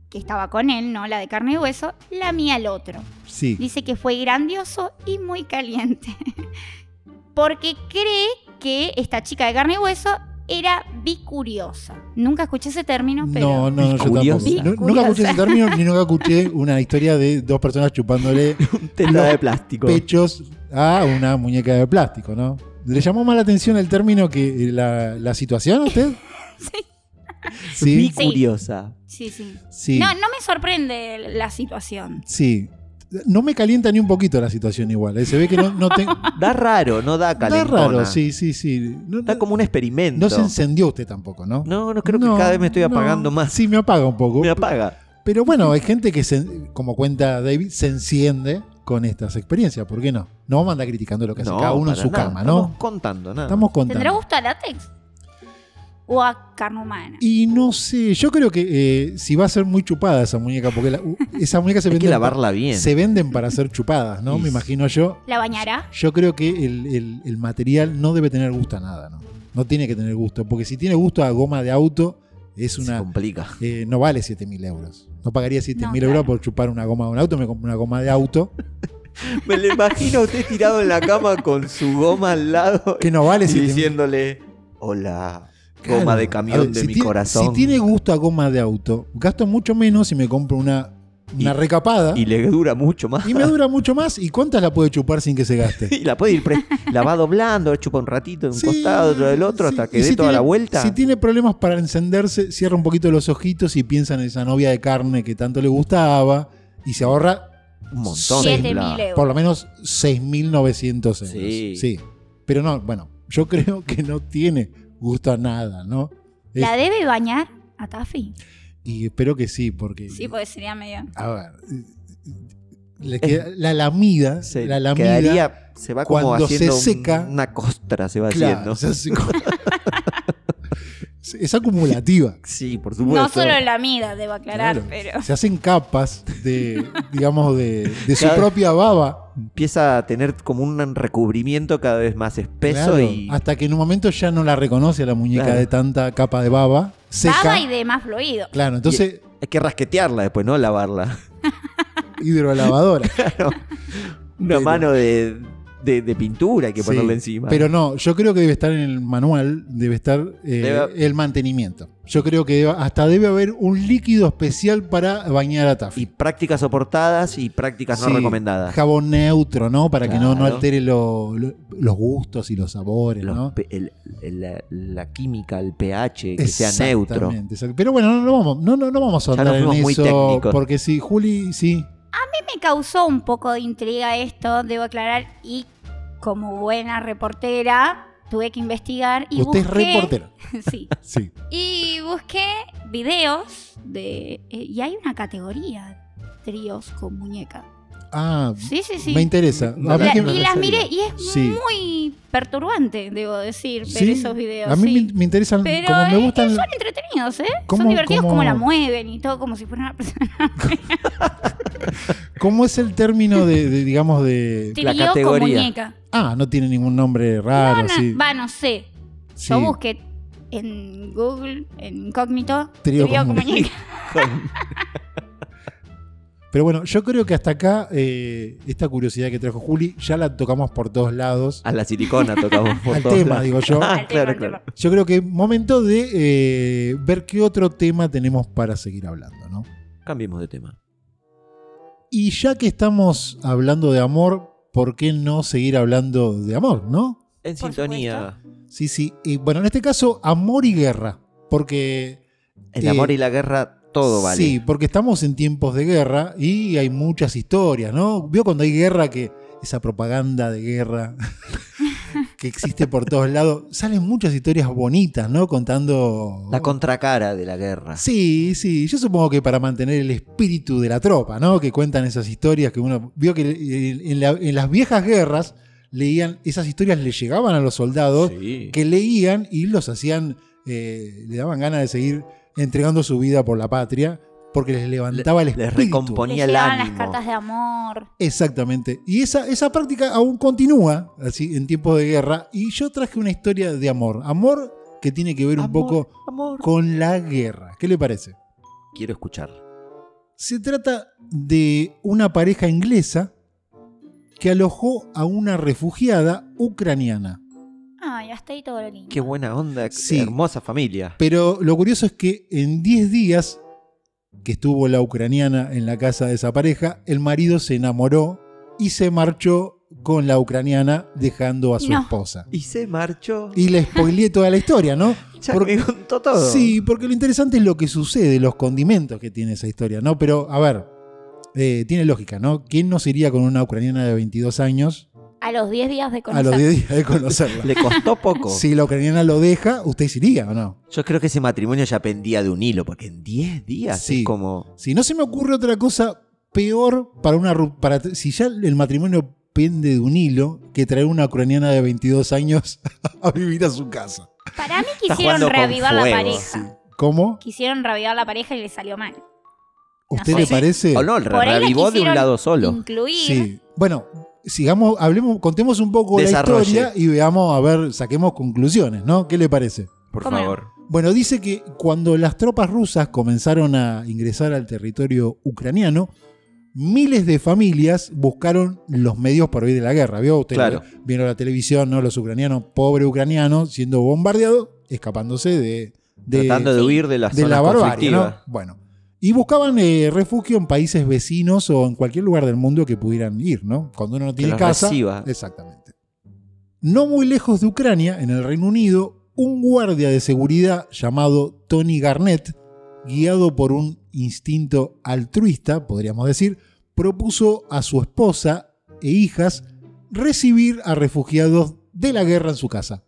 C: que estaba con él, no la de carne y hueso, lamía al otro.
A: Sí.
C: Dice que fue grandioso y muy caliente. Porque cree que esta chica de carne y hueso era bicuriosa. Nunca escuché ese término,
A: No, no,
C: pero.
A: no, yo
B: Curiosa.
A: tampoco. Nu- Nunca escuché ese término ni nunca escuché una historia de dos personas chupándole
B: Un tela de plástico.
A: pechos a una muñeca de plástico, ¿no? ¿Le llamó más la atención el término que eh, la, la situación a usted?
B: Muy
A: Sí.
C: Sí.
B: curiosa.
C: Sí, sí.
A: Sí.
C: No, no me sorprende la situación.
A: Sí. No me calienta ni un poquito la situación igual. eh. Se ve que no, no te- Está
B: Da raro, no da calentona.
A: raro, sí, sí, sí. No,
B: Da como un experimento.
A: no se encendió usted tampoco, ¿no?
B: No, no creo
A: No,
B: que cada vez me estoy
A: no.
B: apagando más.
A: Sí, me apaga un poco.
B: Me apaga.
A: Pero bueno, hay gente que, se- como cuenta David, se enciende con estas experiencias. ¿Por qué no? No vamos a andar criticando lo que hace
B: No,
A: cada uno en
B: para
A: su
B: nada.
A: cama,
B: Estamos
A: ¿no?
B: contando, nada.
A: Estamos contando.
C: ¿Tendrá gusto a látex? ¿O a carne humana?
A: Y no sé, yo creo que eh, si va a ser muy chupada esa muñeca, porque la- u- esa muñeca se
B: Hay
A: vende
B: que lavarla bien.
A: se venden para ser chupadas, ¿no?
B: Y
A: Me
B: sí.
A: imagino yo.
C: ¿La bañará?
A: Yo creo que el, el- el material no debe tener gusto a nada, ¿no? No tiene que tener gusto, porque si tiene gusto a goma de auto, Es
B: Se
A: una.
B: complica.
A: eh, no vale 7.000 euros. No pagaría 7.000
C: No,
A: euros
C: claro.
A: por chupar una goma de un auto. Me compro una goma de auto.
B: Me lo imagino a usted tirado en la cama con su goma al lado
A: Que no vale
B: y
A: 7.000
B: diciéndole, hola,
A: Claro.
B: goma de
A: A
B: camión
A: ver,
B: de
A: si
B: mi
A: tiene-
B: corazón.
A: Si tiene gusto a goma de auto, gasto mucho menos y me compro una, una
B: Y-
A: recapada.
B: Y
A: Y,
B: le dura mucho más.
A: me dura mucho más. ¿Y cuántas la puede chupar sin que se gaste?
B: Y la puede ir, pre- la va doblando, chupa un ratito de un
A: Sí,
B: costado, otro del otro,
A: sí.
B: hasta que
A: Y
B: dé
A: si
B: toda
A: tiene-
B: la vuelta.
A: Si tiene problemas para encenderse, cierra un poquito los ojitos y piensa en esa novia de carne que tanto le gustaba y se ahorra
B: un montón.
A: Siete
B: de plata.
C: mil euros.
A: por lo menos 6.900 euros.
B: Sí.
A: Pero no, bueno, yo creo que no tiene gusto a nada, ¿no? Es-
C: ¿La debe bañar a Taffy?
A: y espero que sí, porque...
C: Sí, porque sería medio.
A: A ver. eh, le queda- la lamida.
B: Se
A: la lamida.
B: quedaría, se va como
A: cuando se
B: haciendo un-
A: seca-
B: una costra, se va
A: claro,
B: haciendo.
A: se hace como- es acumulativa.
B: Sí, por supuesto.
C: No solo la mida, debo aclarar,
A: Claro.
C: pero.
A: Se hacen capas de, digamos, de, de su
B: Cada-
A: propia baba.
B: Empieza a tener como un recubrimiento cada vez más espeso
A: Claro,
B: y
A: Hasta que en un momento ya no la reconoce la muñeca
B: Claro.
A: de tanta capa de baba. Seca.
C: Baba y demás fluido.
A: Claro, entonces,
B: hay que rasquetearla después, ¿no? Lavarla.
A: hidrolavadora.
B: Una
A: Pero-
B: mano de, de- de pintura hay que
A: Sí,
B: ponerle encima.
A: Pero no, yo creo que debe estar en el manual, debe estar eh,
B: Debe-
A: el mantenimiento. Yo creo que deba- hasta debe haber un líquido especial para bañar a Taffy.
B: Y prácticas soportadas y prácticas
A: Sí,
B: no recomendadas.
A: Jabón neutro, ¿no? Para que no, no
B: Claro.
A: altere lo- lo- los gustos y los sabores,
B: Los
A: ¿no?
B: pe- el- el- la, la química, el pH, que sea neutro.
A: Exactamente, exacto. Pero bueno, no, no vamos, no, no, no vamos a
B: Ya nos
A: andar en
B: fuimos muy
A: eso.
B: técnicos.
A: Porque sí, Juli, sí.
C: me causó un poco de intriga esto, debo aclarar, y como buena reportera tuve que investigar y
A: Usted
C: busqué,
A: es reportera.
C: sí,
A: Sí.
C: y busqué videos de eh, y hay una categoría tríos con muñeca.
A: Ah,
C: Sí, sí, sí.
A: me interesa.
B: No,
A: Habrá
B: verdad
C: La-
A: que-
B: no
C: y
B: lo
C: las
B: sabía.
C: miré y es
A: Sí.
C: muy perturbante, debo decir, ver
A: sí,
C: esos videos.
A: A mí
C: sí.
A: me, me interesan,
C: Pero
A: Mm, como me
C: es-
A: gustan.
C: son entretenidos, ¿eh?
A: ¿Cómo-
C: son divertidos
A: cómo-
C: como la mueven y todo, como si fuera una persona.
A: ¿Cómo es el término de, de, digamos, de.
B: La
C: Trío con
B: categoría.
C: muñeca.
A: Ah, no tiene ningún nombre raro,
C: No, no,
A: sí.
C: Va, no sé.
A: Sí.
C: Yo busqué en Google, en incógnito,
A: Trío
C: trío
A: con
C: con muñeca.
A: Pero bueno, yo creo que hasta acá eh, esta curiosidad que trajo Juli ya la tocamos por todos lados.
B: A la silicona tocamos Ah, por
A: Al
B: todos
A: tema,
B: lados.
A: digo yo.
B: Ah,
C: Al
B: claro,
C: tema, al
B: claro.
A: Yo creo que es momento de eh, ver qué otro tema tenemos para seguir hablando, ¿no?
B: Cambiemos de tema.
A: Y ya que estamos hablando de amor, ¿por qué no seguir hablando de amor, no?
B: En
C: Por
B: sintonía.
A: Sí, sí. Y bueno, en este caso, amor y guerra. Porque
B: El
A: Eh,
B: amor y la guerra, todo vale.
A: Sí, porque estamos en tiempos de guerra y hay muchas historias, ¿no? Vio cuando hay guerra que esa propaganda de guerra que existe por todos lados, salen muchas historias bonitas, ¿no? Contando
B: La contracara de la guerra.
A: Sí, sí, yo supongo que para mantener el espíritu de la tropa, ¿no? Que cuentan esas historias que uno vio que eh, en, la- en las viejas guerras leían esas historias le llegaban a los soldados
B: Sí.
A: que leían y los hacían, eh, le daban ganas de seguir entregando su vida por la patria, porque les levantaba el
B: Les
A: espíritu.
C: Le
B: recomponía el
C: llegaban las
B: ánimo.
C: cartas de amor.
A: Exactamente. Y esa, esa práctica aún continúa, así, en tiempos de guerra. Y yo traje una historia de amor. Amor que tiene que ver un
B: Amor,
A: poco
B: amor.
A: con la guerra. ¿Qué le parece?
B: Quiero escuchar.
A: Se trata de una pareja inglesa que alojó a una refugiada ucraniana.
C: Ay, hasta ahí todo lo lindo.
B: Qué buena onda, qué
A: Sí.
B: hermosa familia.
A: Pero lo curioso es que en 10 días que estuvo la ucraniana en la casa de esa pareja, el marido se enamoró y se marchó con la ucraniana dejando a su
C: No.
A: esposa.
B: Y se marchó.
A: Y le spoileé toda la historia, ¿no?
B: ya
A: por-
B: me contó todo.
A: Sí, porque lo interesante es lo que sucede, los condimentos que tiene esa historia, ¿no? Pero, a ver, eh, tiene lógica, ¿no? ¿Quién no se iría con una ucraniana de 22 años
C: A los 10 días de
A: a
C: conocer.
A: los 10 días de conocerla?
B: Le costó poco.
A: Si la ucraniana lo deja, ¿usted se iría o no?
B: Yo creo que ese matrimonio ya pendía de un hilo, porque en 10 días
A: Sí.
B: es como.
A: Si no se me ocurre otra cosa peor para una ru- para si ya el matrimonio pende de un hilo que traer una ucraniana de 22 años a vivir a su casa.
C: Para mí
B: Está
C: quisieron
B: jugando con
C: reavivar la
B: fuego.
C: pareja.
A: ¿Cómo?
C: Quisieron reavivar la pareja y le salió mal.
A: ¿Usted
C: No
A: le
C: sé.
A: parece?
B: O no, el
C: Por ahí la
B: revivó de un
C: quisieron
B: lado solo.
C: Incluir.
A: Sí. Bueno, sigamos, hablemos, contemos un poco la
B: Desarrolle.
A: historia y veamos, a ver, saquemos conclusiones, ¿no? ¿Qué le parece?
B: Por
C: ¿Cómo no?
B: favor.
A: Bueno, dice que cuando las tropas rusas comenzaron a ingresar al territorio ucraniano, miles de familias buscaron los medios para huir de la guerra. ¿Vio? Usted
B: Claro.
A: vieron la televisión, ¿no? Los ucranianos, pobre ucraniano, siendo bombardeados, escapándose de, de,
B: tratando de huir de las
A: de
B: zonas
A: la barbarie, ¿no?
B: conflictivas.
A: Bueno. Y buscaban eh, refugio en países vecinos o en cualquier lugar del mundo que pudieran ir, ¿no? Cuando uno no tiene
B: los
A: casa.
B: reciba.
A: Exactamente. No muy lejos de Ucrania, en el Reino Unido, un guardia de seguridad llamado Tony Garnett, guiado por un instinto altruista, podríamos decir, propuso a su esposa e hijas recibir a refugiados de la guerra en su casa.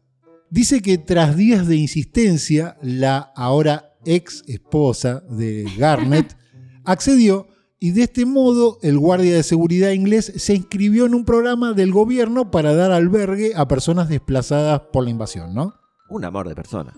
A: Dice que tras días de insistencia, la ahora ex esposa de Garnett accedió y de este modo el guardia de seguridad inglés se inscribió en un programa del gobierno para dar albergue a personas desplazadas por la invasión, ¿no?
B: Un amor de persona.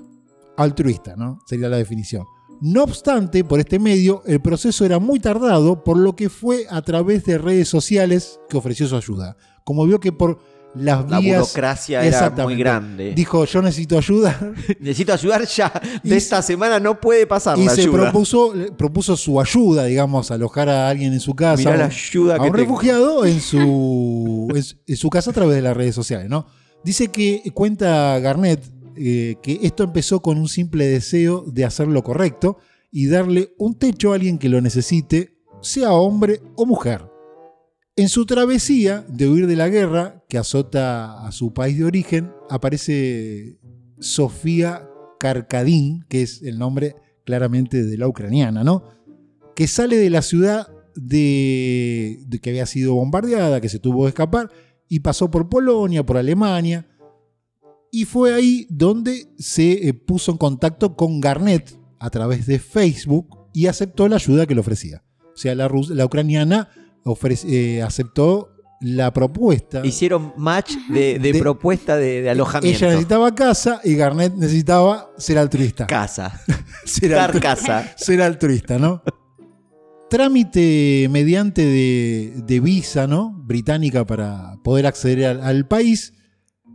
A: altruista, ¿no? Sería la definición. No obstante, por este medio, el proceso era muy tardado, por lo que fue a través de redes sociales que ofreció su ayuda. Como vio que por las
B: La
A: vías...
B: burocracia era muy
A: Exactamente.
B: grande.
A: Dijo, yo necesito ayuda.
B: Necesito ayudar ya.
A: Y
B: De
A: se-
B: esta semana no puede pasar
A: y
B: la
A: se
B: ayuda.
A: propuso, propuso su ayuda, digamos, alojar a alguien en su casa.
B: Mirá la
A: un-
B: ayuda
A: a
B: que
A: un
B: tengo.
A: refugiado en su, en su- en su casa a través de las redes sociales, ¿no? Dice que cuenta Garnett eh, que esto empezó con un simple deseo de hacer lo correcto y darle un techo a alguien que lo necesite, sea hombre o mujer. En su travesía de huir de la guerra que azota a su país de origen, aparece Sofía Karkadin, que es el nombre claramente de la ucraniana, ¿no? Que sale de la ciudad de, de que había sido bombardeada, que se tuvo que escapar, y pasó por Polonia, por Alemania, y fue ahí donde se eh, puso en contacto con Garnett a través de Facebook y aceptó la ayuda que le ofrecía. O sea, la, rus- la ucraniana ofrece- eh, aceptó la propuesta.
B: Hicieron match de, de
A: De-
B: propuesta de, de alojamiento.
A: Ella necesitaba casa y Garnett necesitaba ser altruista.
B: casa.
A: Ser
B: Dar
A: altru-
B: casa.
A: ser altruista, ¿no? Trámite mediante de, de visa, ¿no? Británica para poder acceder al, al país.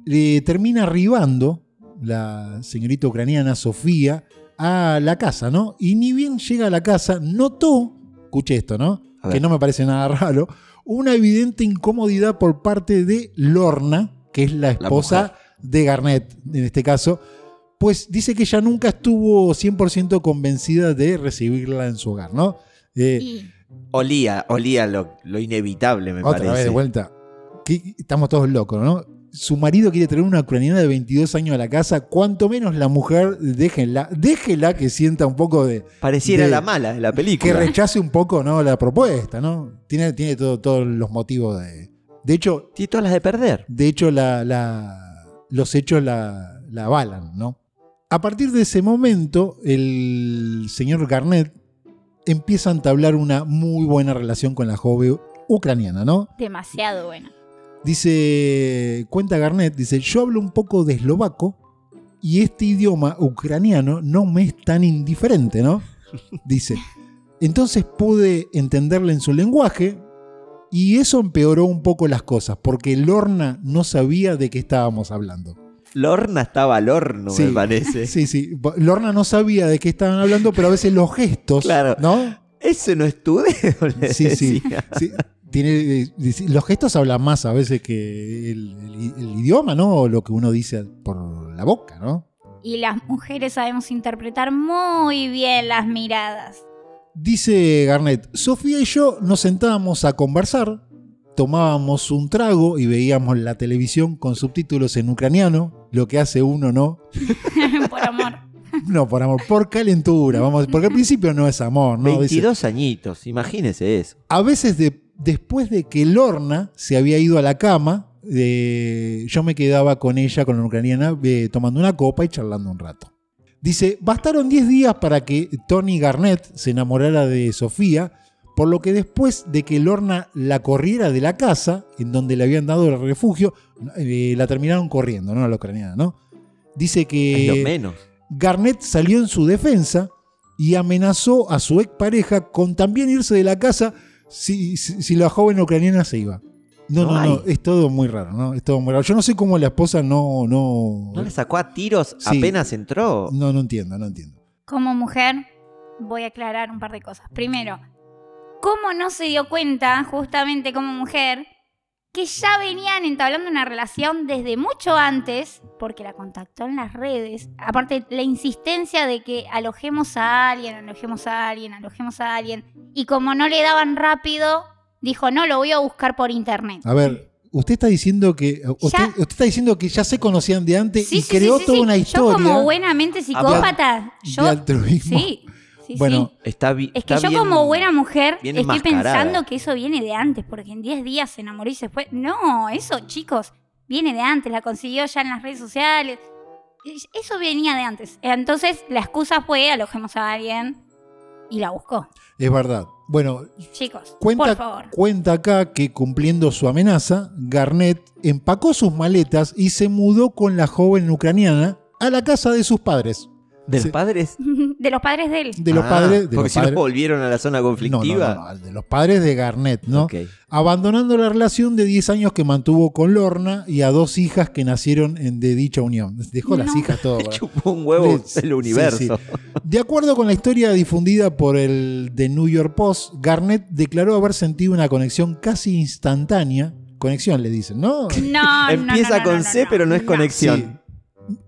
A: Le termina arribando la señorita ucraniana Sofía a la casa, ¿no? Y ni bien llega a la casa, notó, escuché esto, ¿no?
B: A ver.
A: Que no me parece nada raro, una evidente incomodidad por parte de Lorna, que es la esposa de Garnett, en este caso, pues dice que ella nunca estuvo 100% convencida de recibirla en su hogar, ¿no? Eh,
C: Y
B: Olía, olía lo, lo inevitable, me
A: otra
B: parece.
A: vez de vuelta. Que- Estamos todos locos, ¿no? Su marido quiere traer una ucraniana de 22 años a la casa, cuanto menos la mujer, déjenla, déjela que sienta un poco de...
B: Pareciera
A: de-
B: la mala de la
A: Que
B: película.
A: rechace un poco, ¿no? La propuesta, ¿no? Tiene, tiene todo- todos los motivos de... De hecho,
B: Tiene todas las de perder.
A: De hecho, la, la- los hechos la, la avalan, ¿no? A partir de ese momento, el señor Garnett empieza a entablar una muy buena relación con la joven ucraniana, ¿no?
C: demasiado buena.
A: Dice, cuenta Garnett, dice, yo hablo un poco de eslovaco y este idioma ucraniano no me es tan indiferente, ¿no? Dice, entonces pude entenderle en su lenguaje y eso empeoró un poco las cosas porque Lorna no sabía de qué estábamos hablando.
B: Lorna estaba al horno,
A: Sí.
B: me parece.
A: Sí, sí, bo- Lorna no sabía de qué estaban hablando, pero a veces los gestos,
B: Claro.
A: ¿no?
B: Ese no es tu dedo, le
A: Sí, sí.
B: decía.
A: Sí, tiene, eh, dice- los gestos hablan más a veces que el, el- el idioma, ¿no? O lo que uno dice por la boca, ¿no?
C: Y las mujeres sabemos interpretar muy bien las miradas.
A: Dice Garnett, Sofía y yo nos sentábamos a conversar, tomábamos un trago y veíamos la televisión con subtítulos en ucraniano, lo que hace uno, ¿no?
C: Por amor.
A: No, por amor, por calentura, vamos, porque al principio no es amor, ¿no? Dice,
B: 22 añitos, imagínese eso.
A: A veces de- después de que Lorna se había ido a la cama, eh, yo me quedaba con ella, con la ucraniana, eh, tomando una copa y charlando un rato. Dice, bastaron 10 días para que Tony Garnett se enamorara de Sofía, por lo que después de que Lorna la corriera de la casa, en donde le habían dado el refugio, eh, la terminaron corriendo, ¿no? A la ucraniana, ¿no? Dice que...
B: es lo menos.
A: Garnett salió en su defensa y amenazó a su expareja con también irse de la casa si, si- si la joven ucraniana se iba. No, no,
B: No
A: no,
B: hay.
A: es todo muy raro, ¿no? Es todo muy raro. Yo no sé cómo la esposa no. No,
B: ¿No le sacó a tiros
A: Sí.
B: apenas entró?
A: no, no entiendo, no entiendo.
C: Como mujer, voy a aclarar un par de cosas. Primero, ¿cómo no se dio cuenta, justamente como mujer, que ya venían entablando una relación desde mucho antes? Porque la contactó en las redes. Aparte, la insistencia de que alojemos a alguien, alojemos a alguien, alojemos a alguien. Y como no le daban rápido, dijo, no, lo voy a buscar por internet.
A: A ver, usted está diciendo que. Usted,
C: Ya.
A: usted está diciendo que ya se conocían de antes
C: Sí,
A: y
C: sí,
A: creó
C: sí, sí,
A: toda
C: sí.
A: una
C: Yo
A: historia
C: como buenamente psicópata,
A: de
C: yo...
A: altruismo.
C: Sí, sí,
A: Bueno,
C: sí.
B: Está bi-
C: Es que
B: está
C: yo
B: bien-
C: como buena mujer
B: bien
C: estoy
B: enmascarada.
C: pensando que eso viene de antes, porque en 10 días se enamoró y se fue. No, eso, chicos, viene de antes, la consiguió ya en las redes sociales. Eso venía de antes. Entonces la excusa fue alojemos a alguien y la buscó.
A: Es verdad. Bueno,
C: Chicos, por
A: Cuenta,
C: favor.
A: cuenta acá que cumpliendo su amenaza, Garnett empacó sus maletas y se mudó con la joven ucraniana a la casa de sus padres.
B: ¿De los
A: Sí.
B: padres?
C: De los padres de él.
A: De los
B: Ah,
A: padres. De
B: porque
A: los
B: si
A: padres
B: no volvieron a la zona
A: no, no,
B: conflictiva.
A: no, no, de los padres de Garnett, ¿no?
B: Ok.
A: Abandonando la relación de 10 años que mantuvo con Lorna y a dos hijas que nacieron en- de dicha unión. Dejó las
C: No.
A: hijas todo.
B: Le
A: para-
B: chupó un huevo
A: Sí, sí,
B: el universo.
A: sí. De acuerdo con la historia difundida por el The New York Post, Garnett declaró haber sentido una conexión casi instantánea. Conexión, le dicen, ¿no?
C: No, no,
B: Empieza
C: no, no,
B: con
C: no,
B: C,
C: no,
B: pero no es conexión.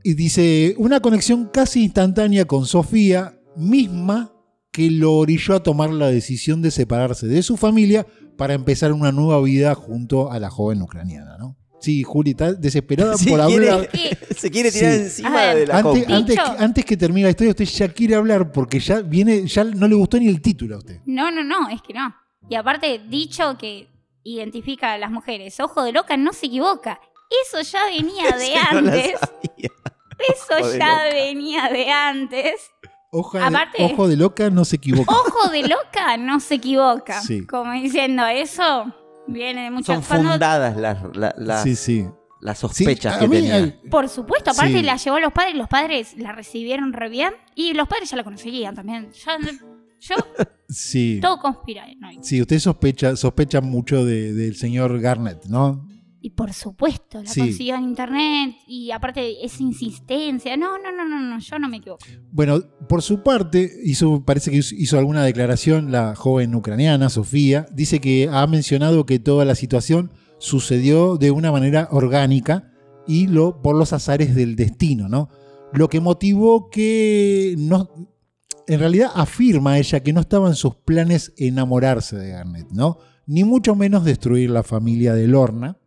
A: Y dice, una conexión casi instantánea con Sofía misma que lo orilló a tomar la decisión de separarse de su familia para empezar una nueva vida junto a la joven ucraniana, ¿no? Sí, Juli está desesperada
B: Sí,
A: por
B: quiere-
A: hablar.
C: ¿Qué?
B: Se quiere tirar
A: Sí.
B: encima
C: A ver.
B: de la
A: Antes,
B: compu.
A: antes,
C: Dicho.
A: que, antes que termine la historia, usted ya quiere hablar porque ya viene, ya no le gustó ni el título a usted.
C: No, no, no, es que no. Y aparte, dicho que identifica a las mujeres, ojo de loca no se equivoca. Eso ya venía de
B: Yo no la
C: antes.
B: sabía. Ojo
C: Eso
B: de
C: ya
B: loca.
C: venía de antes.
A: Oja
C: Aparte- Oh.
A: de, ojo de loca no se equivoca.
C: Ojo de loca no se equivoca.
A: Sí.
C: Como diciendo, eso viene de muchas
B: Son fundadas las, la- la-
A: sí, sí.
B: las
A: Sí,
B: sospechas
A: a
B: que
A: mí,
B: tenía.
A: al-
C: Por supuesto, aparte
A: Sí.
C: la llevó a los padres, los padres la recibieron re bien y los padres ya la conseguían también. Ya- yo
A: sí.
C: todo conspira. ¿no?
A: Sí, usted sospecha, sospecha mucho de- del señor Garnett, ¿no?
C: Y por supuesto, la
A: Sí.
C: consiguió en internet y aparte esa insistencia. No, no, no, no, no, yo no me equivoco.
A: Bueno, por su parte, hizo, parece que hizo- hizo alguna declaración la joven ucraniana, Sofía. Dice que ha mencionado que toda la situación sucedió de una manera orgánica y lo, por los azares del destino, ¿no? Lo que motivó que no. En realidad afirma ella que no estaba en sus planes enamorarse de Garnett, ¿no? Ni mucho menos destruir la familia de Lorna,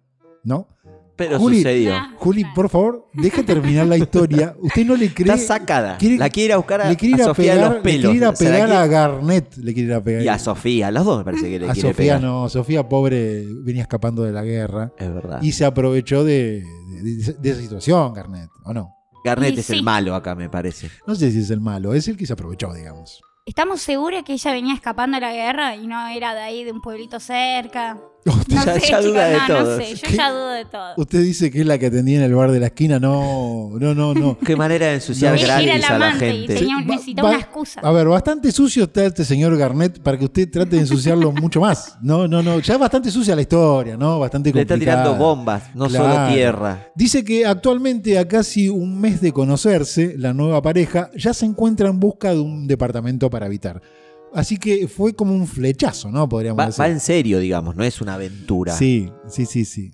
A: ¿no?
B: Pero
A: Juli,
B: sucedió.
C: Ah,
A: Juli,
C: claro.
A: por favor, deje terminar la historia. Usted no le cree.
B: Está sacada.
A: quiere-
B: la quiere ir a buscar a,
A: le quiere ir
B: a
A: a,
B: Sofía de
A: pegar,
B: los
A: le quiere
B: pelos.
A: ir a,
B: Se la
A: pegar
B: quiere-
A: a Garnett. Le quiere ir a pegar.
B: Y a Sofía, a las dos me parece que le
A: A
B: quiere
A: Sofía
B: pegar.
A: no. Sofía, pobre, venía escapando de la guerra.
B: Es verdad.
A: Y se aprovechó de, de- de esa situación, Garnett, ¿o no?
B: Garnett
C: Y
B: es
C: sí.
B: el malo acá, me parece.
A: No sé si es el malo, es el que se aprovechó, digamos.
C: Estamos seguros que ella venía escapando de la guerra y no era de ahí, de un pueblito cerca.
A: Usted,
C: No
B: Ya-
C: sé,
B: ya
C: chicos,
B: duda de
C: no,
B: todo.
C: no sé. Yo
A: ¿Qué?
C: ya dudo de todo.
A: usted dice que es la que atendía en el bar de la esquina. No, no, no, no.
B: Qué manera de ensuciar
A: No,
C: Ella era el
B: gratis a la
C: amante y
B: gente.
C: tenía,
A: Sí, va-
C: necesitaba
A: va-
C: una excusa.
A: A ver, bastante sucio está este señor Garnett para que usted trate de ensuciarlo mucho más. No, no, no. Ya es bastante sucia la historia, ¿no? Bastante
B: Le está
A: complicada.
B: tirando bombas, no
A: Claro.
B: solo tierra.
A: Dice que actualmente, a casi un mes de conocerse, la nueva pareja ya se encuentra en busca de un departamento para habitar. Así que fue como un flechazo, ¿no? Podríamos
B: Va,
A: decir.
B: va en serio, digamos, no es una aventura.
A: sí, sí, sí, sí.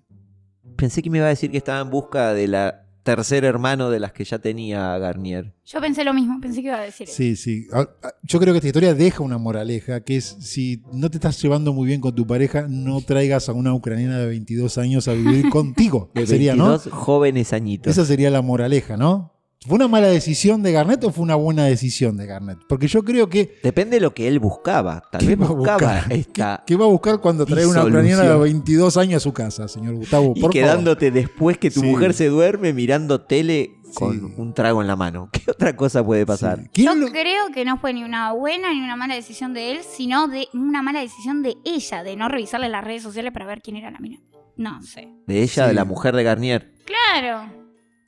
B: Pensé que me iba a decir que estaba en busca de la tercer hermano de las que ya tenía Garnier.
C: Yo pensé lo mismo, pensé que iba a decir eso.
A: Sí, sí. A- a- Yo creo que esta historia deja una moraleja, que es si no te estás llevando muy bien con tu pareja, no traigas a una ucraniana de 22 años a vivir contigo.
B: De
A: sería, ¿no?
B: 22 jóvenes añitos.
A: Esa sería la moraleja, ¿no? ¿Fue una mala decisión de Garnett o fue una buena decisión de Garnett? Porque yo creo que
B: Depende de lo que él buscaba. Tal
A: ¿Qué
B: vez
A: va a
B: buscaba
A: buscar?
B: esta.
A: ¿Qué va a buscar cuando trae una
B: Disolución.
A: ucraniana de 22 años a su casa, señor Gustavo?
B: Y
A: Por favor.
B: quedándote después que tu
A: Sí.
B: mujer se duerme mirando tele con
A: Sí.
B: un trago en la mano. ¿Qué otra cosa puede pasar?
A: Sí.
C: Yo
A: ¿Quién lo-
C: creo que no fue ni una buena ni una mala decisión de él, sino de una mala decisión de ella, de no revisarle las redes sociales para ver quién era la mina. No sé.
B: De ella,
A: Sí.
B: de la mujer de Garnier.
C: Claro.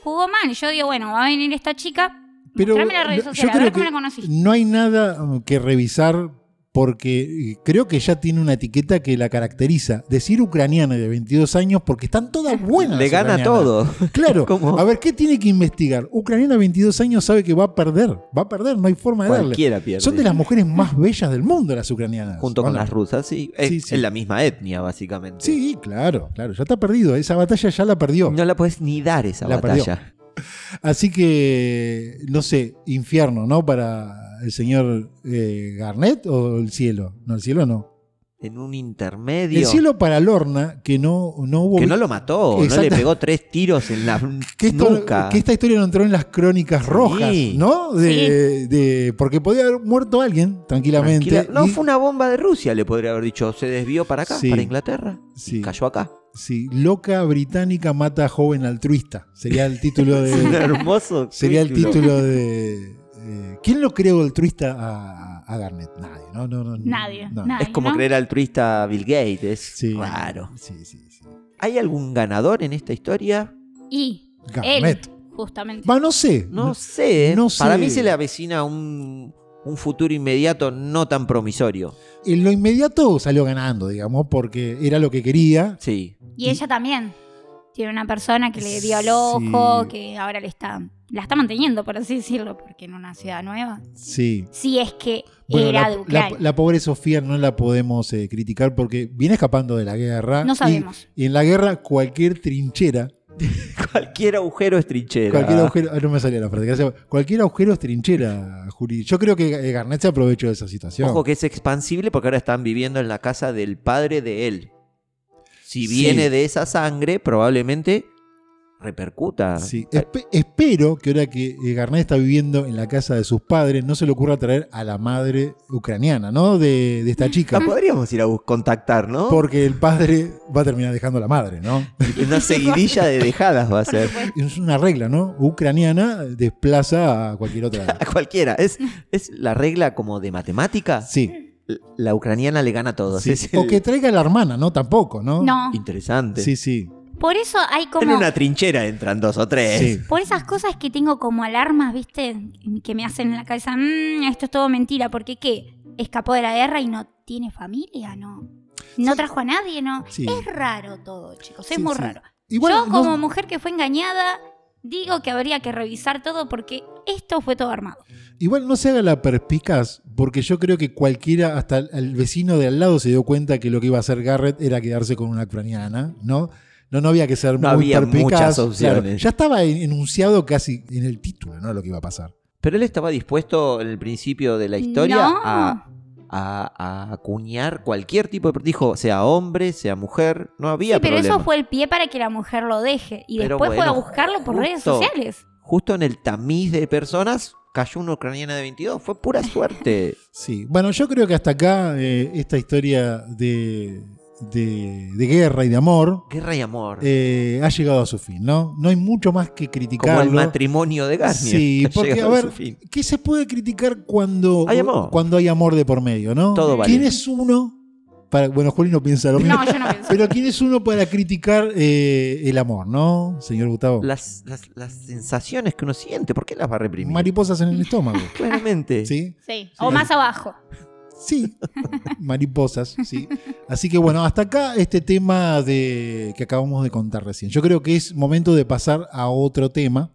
C: Jugó mal. Y yo digo, bueno, va a venir esta chica.
A: Pero
C: Mostrame las redes
A: yo
C: sociales, a
A: creo
C: ver cómo
A: que
C: la conociste.
A: No hay nada um, que revisar porque creo que ya tiene una etiqueta que la caracteriza. Decir ucraniana de 22 años porque están todas buenas.
B: Le
A: las
B: gana
A: ucranianas.
B: todo.
A: Claro.
B: ¿Cómo?
A: A ver, ¿qué tiene que investigar? Ucraniana de 22 años sabe que va a perder. Va a perder, no hay forma de darle.
B: Cualquiera pierde.
A: Son de las mujeres más bellas del mundo las ucranianas.
B: Junto con
A: Bueno,
B: las rusas, sí. Es,
A: Sí, sí.
B: es la misma etnia, básicamente.
A: Sí, claro, claro. Ya está perdido. Esa batalla ya la perdió.
B: No la puedes ni dar esa
A: La perdió.
B: batalla.
A: Así que, no sé, infierno, ¿no? Para el señor eh, Garnett o el cielo. No, el cielo no.
B: En un intermedio.
A: El cielo para Lorna, que no, no hubo.
B: que no lo mató, no le
A: Exacto.
B: pegó tres tiros en la
A: que, esto-
B: nuca.
A: que esta historia no entró en las crónicas
B: Sí.
A: rojas, ¿no? De, de- porque podía haber muerto alguien tranquilamente.
B: Tranquila- No,
A: y-
B: fue una bomba de Rusia, le podría haber dicho. Se desvió para acá,
A: Sí.
B: para Inglaterra.
A: Sí.
B: Y cayó acá.
A: sí, loca británica mata a joven altruista. Sería el título
B: Es un
A: de.
B: hermoso.
A: sería el
B: título.
A: título de. eh, ¿Quién lo creó altruista a, a Garnett? Nadie, ¿no? no, no, no,
C: Nadie,
A: no.
C: nadie.
B: Es como
C: ¿no?
B: creer altruista Bill Gates, es
A: Sí.
B: raro.
A: Sí, sí, sí.
B: ¿Hay algún ganador en esta historia?
C: Y él,
A: Garnett.
C: justamente.
A: Va, no sé.
B: No sé.
A: no
B: Para
A: sé.
B: mí se le avecina un, un futuro inmediato no tan promisorio.
A: En eh, lo inmediato salió ganando, digamos, porque era lo que quería.
B: Sí.
C: Y ella también. Tiene una persona que le dio el ojo,
A: Sí.
C: que ahora le está, la está manteniendo, por así decirlo, porque en una ciudad nueva.
A: Sí.
C: Si es que
A: Bueno,
C: era
A: la,
C: de
A: la-
C: Ucrania.
A: la pobre Sofía no la podemos eh, criticar porque viene escapando de la guerra.
C: no
A: Ah, y-
C: sabemos.
A: Y, en la guerra, cualquier trinchera,
B: Cualquier agujero es trinchera.
A: cualquier agujero. ah, no me salía la frase, gracias. Cualquier agujero es trinchera, Juli. Yo creo que eh, Garnett se aprovechó de esa situación.
B: Ojo que es expansible porque ahora están viviendo en la casa del padre de él. Si
A: Sí.
B: viene de esa sangre, probablemente repercuta.
A: Sí. Espe- espero que ahora que eh, Garnett está viviendo en la casa de sus padres, no se le ocurra traer a la madre ucraniana, ¿no? De, de esta
B: La
A: chica.
B: podríamos ir a bus- contactar, ¿no?
A: Porque el padre va a terminar dejando a la madre, ¿no?
B: Una seguidilla de dejadas va a ser.
A: Es una regla, ¿no? Ucraniana desplaza a cualquier otra.
B: A cualquiera. Es, es la regla como de matemática.
A: Sí.
B: La ucraniana le gana a todos.
A: sí.
B: Es
A: O
B: el-
A: que traiga a la hermana, ¿no? Tampoco, ¿no?
C: No.
B: Interesante.
A: Sí, sí.
C: Por eso hay
B: En
C: como.
B: una trinchera entran dos o tres.
A: Sí.
C: Por esas cosas que tengo como alarmas, ¿viste? Que me hacen en la cabeza, "Mm, esto es todo mentira, porque qué? Escapó de la guerra y no tiene familia, ¿no? No trajo a nadie, ¿no?
A: Sí.
C: Es raro todo, chicos, es
A: Sí,
C: muy
A: sí.
C: raro.
A: Igual,
C: Yo
A: no-
C: como mujer que fue engañada, digo que habría que revisar todo porque esto fue todo armado.
A: igual no se haga la perspicaz, porque yo creo que cualquiera, hasta el- el vecino de al lado, se dio cuenta que lo que iba a hacer Garrett era quedarse con una ucraniana, ¿no? No, no había que ser
B: No
A: muy
B: había
A: perspicaz.
B: muchas
A: Claro,
B: opciones.
A: ya estaba en- enunciado casi en el título, ¿no? Lo que iba a pasar.
B: Pero él estaba dispuesto en el principio de la historia
C: No.
B: a, a- a acuñar cualquier tipo de. Dijo, sea hombre, sea mujer, no había
C: Sí, pero
B: problema.
C: eso fue el pie para que la mujer lo deje y
B: Pero
C: después fue a
B: bueno,
C: buscarlo por redes
B: justo.
C: sociales.
B: Justo en el tamiz de personas cayó una ucraniana de 22. Fue pura suerte.
A: Sí. Bueno, yo creo que hasta acá eh, esta historia de, de- de guerra y de amor
B: Guerra y amor.
A: eh, ha llegado a su fin, ¿no? No hay mucho más que
B: como el
A: criticarlo.
B: matrimonio de Garnier.
A: Sí,
B: que ha
A: porque, a
B: llegado
A: ver,
B: su fin.
A: ¿qué se puede criticar cuando
B: Hay amor.
A: cuando hay amor de por medio, no?
B: Todo vale.
A: ¿Quién es uno? Para, bueno, Juli no piensa lo mismo.
C: No, yo no pienso.
A: Pero ¿quién es uno para criticar eh, el amor, no, señor Gustavo?
B: Las, las- las sensaciones que uno siente, ¿por qué las va a reprimir?
A: Mariposas en el estómago.
B: Claramente.
A: ¿Sí?
C: Sí, o más abajo.
A: Sí, mariposas, sí. Así que bueno, hasta acá este tema de que acabamos de contar recién. Yo creo que es momento de pasar a otro tema.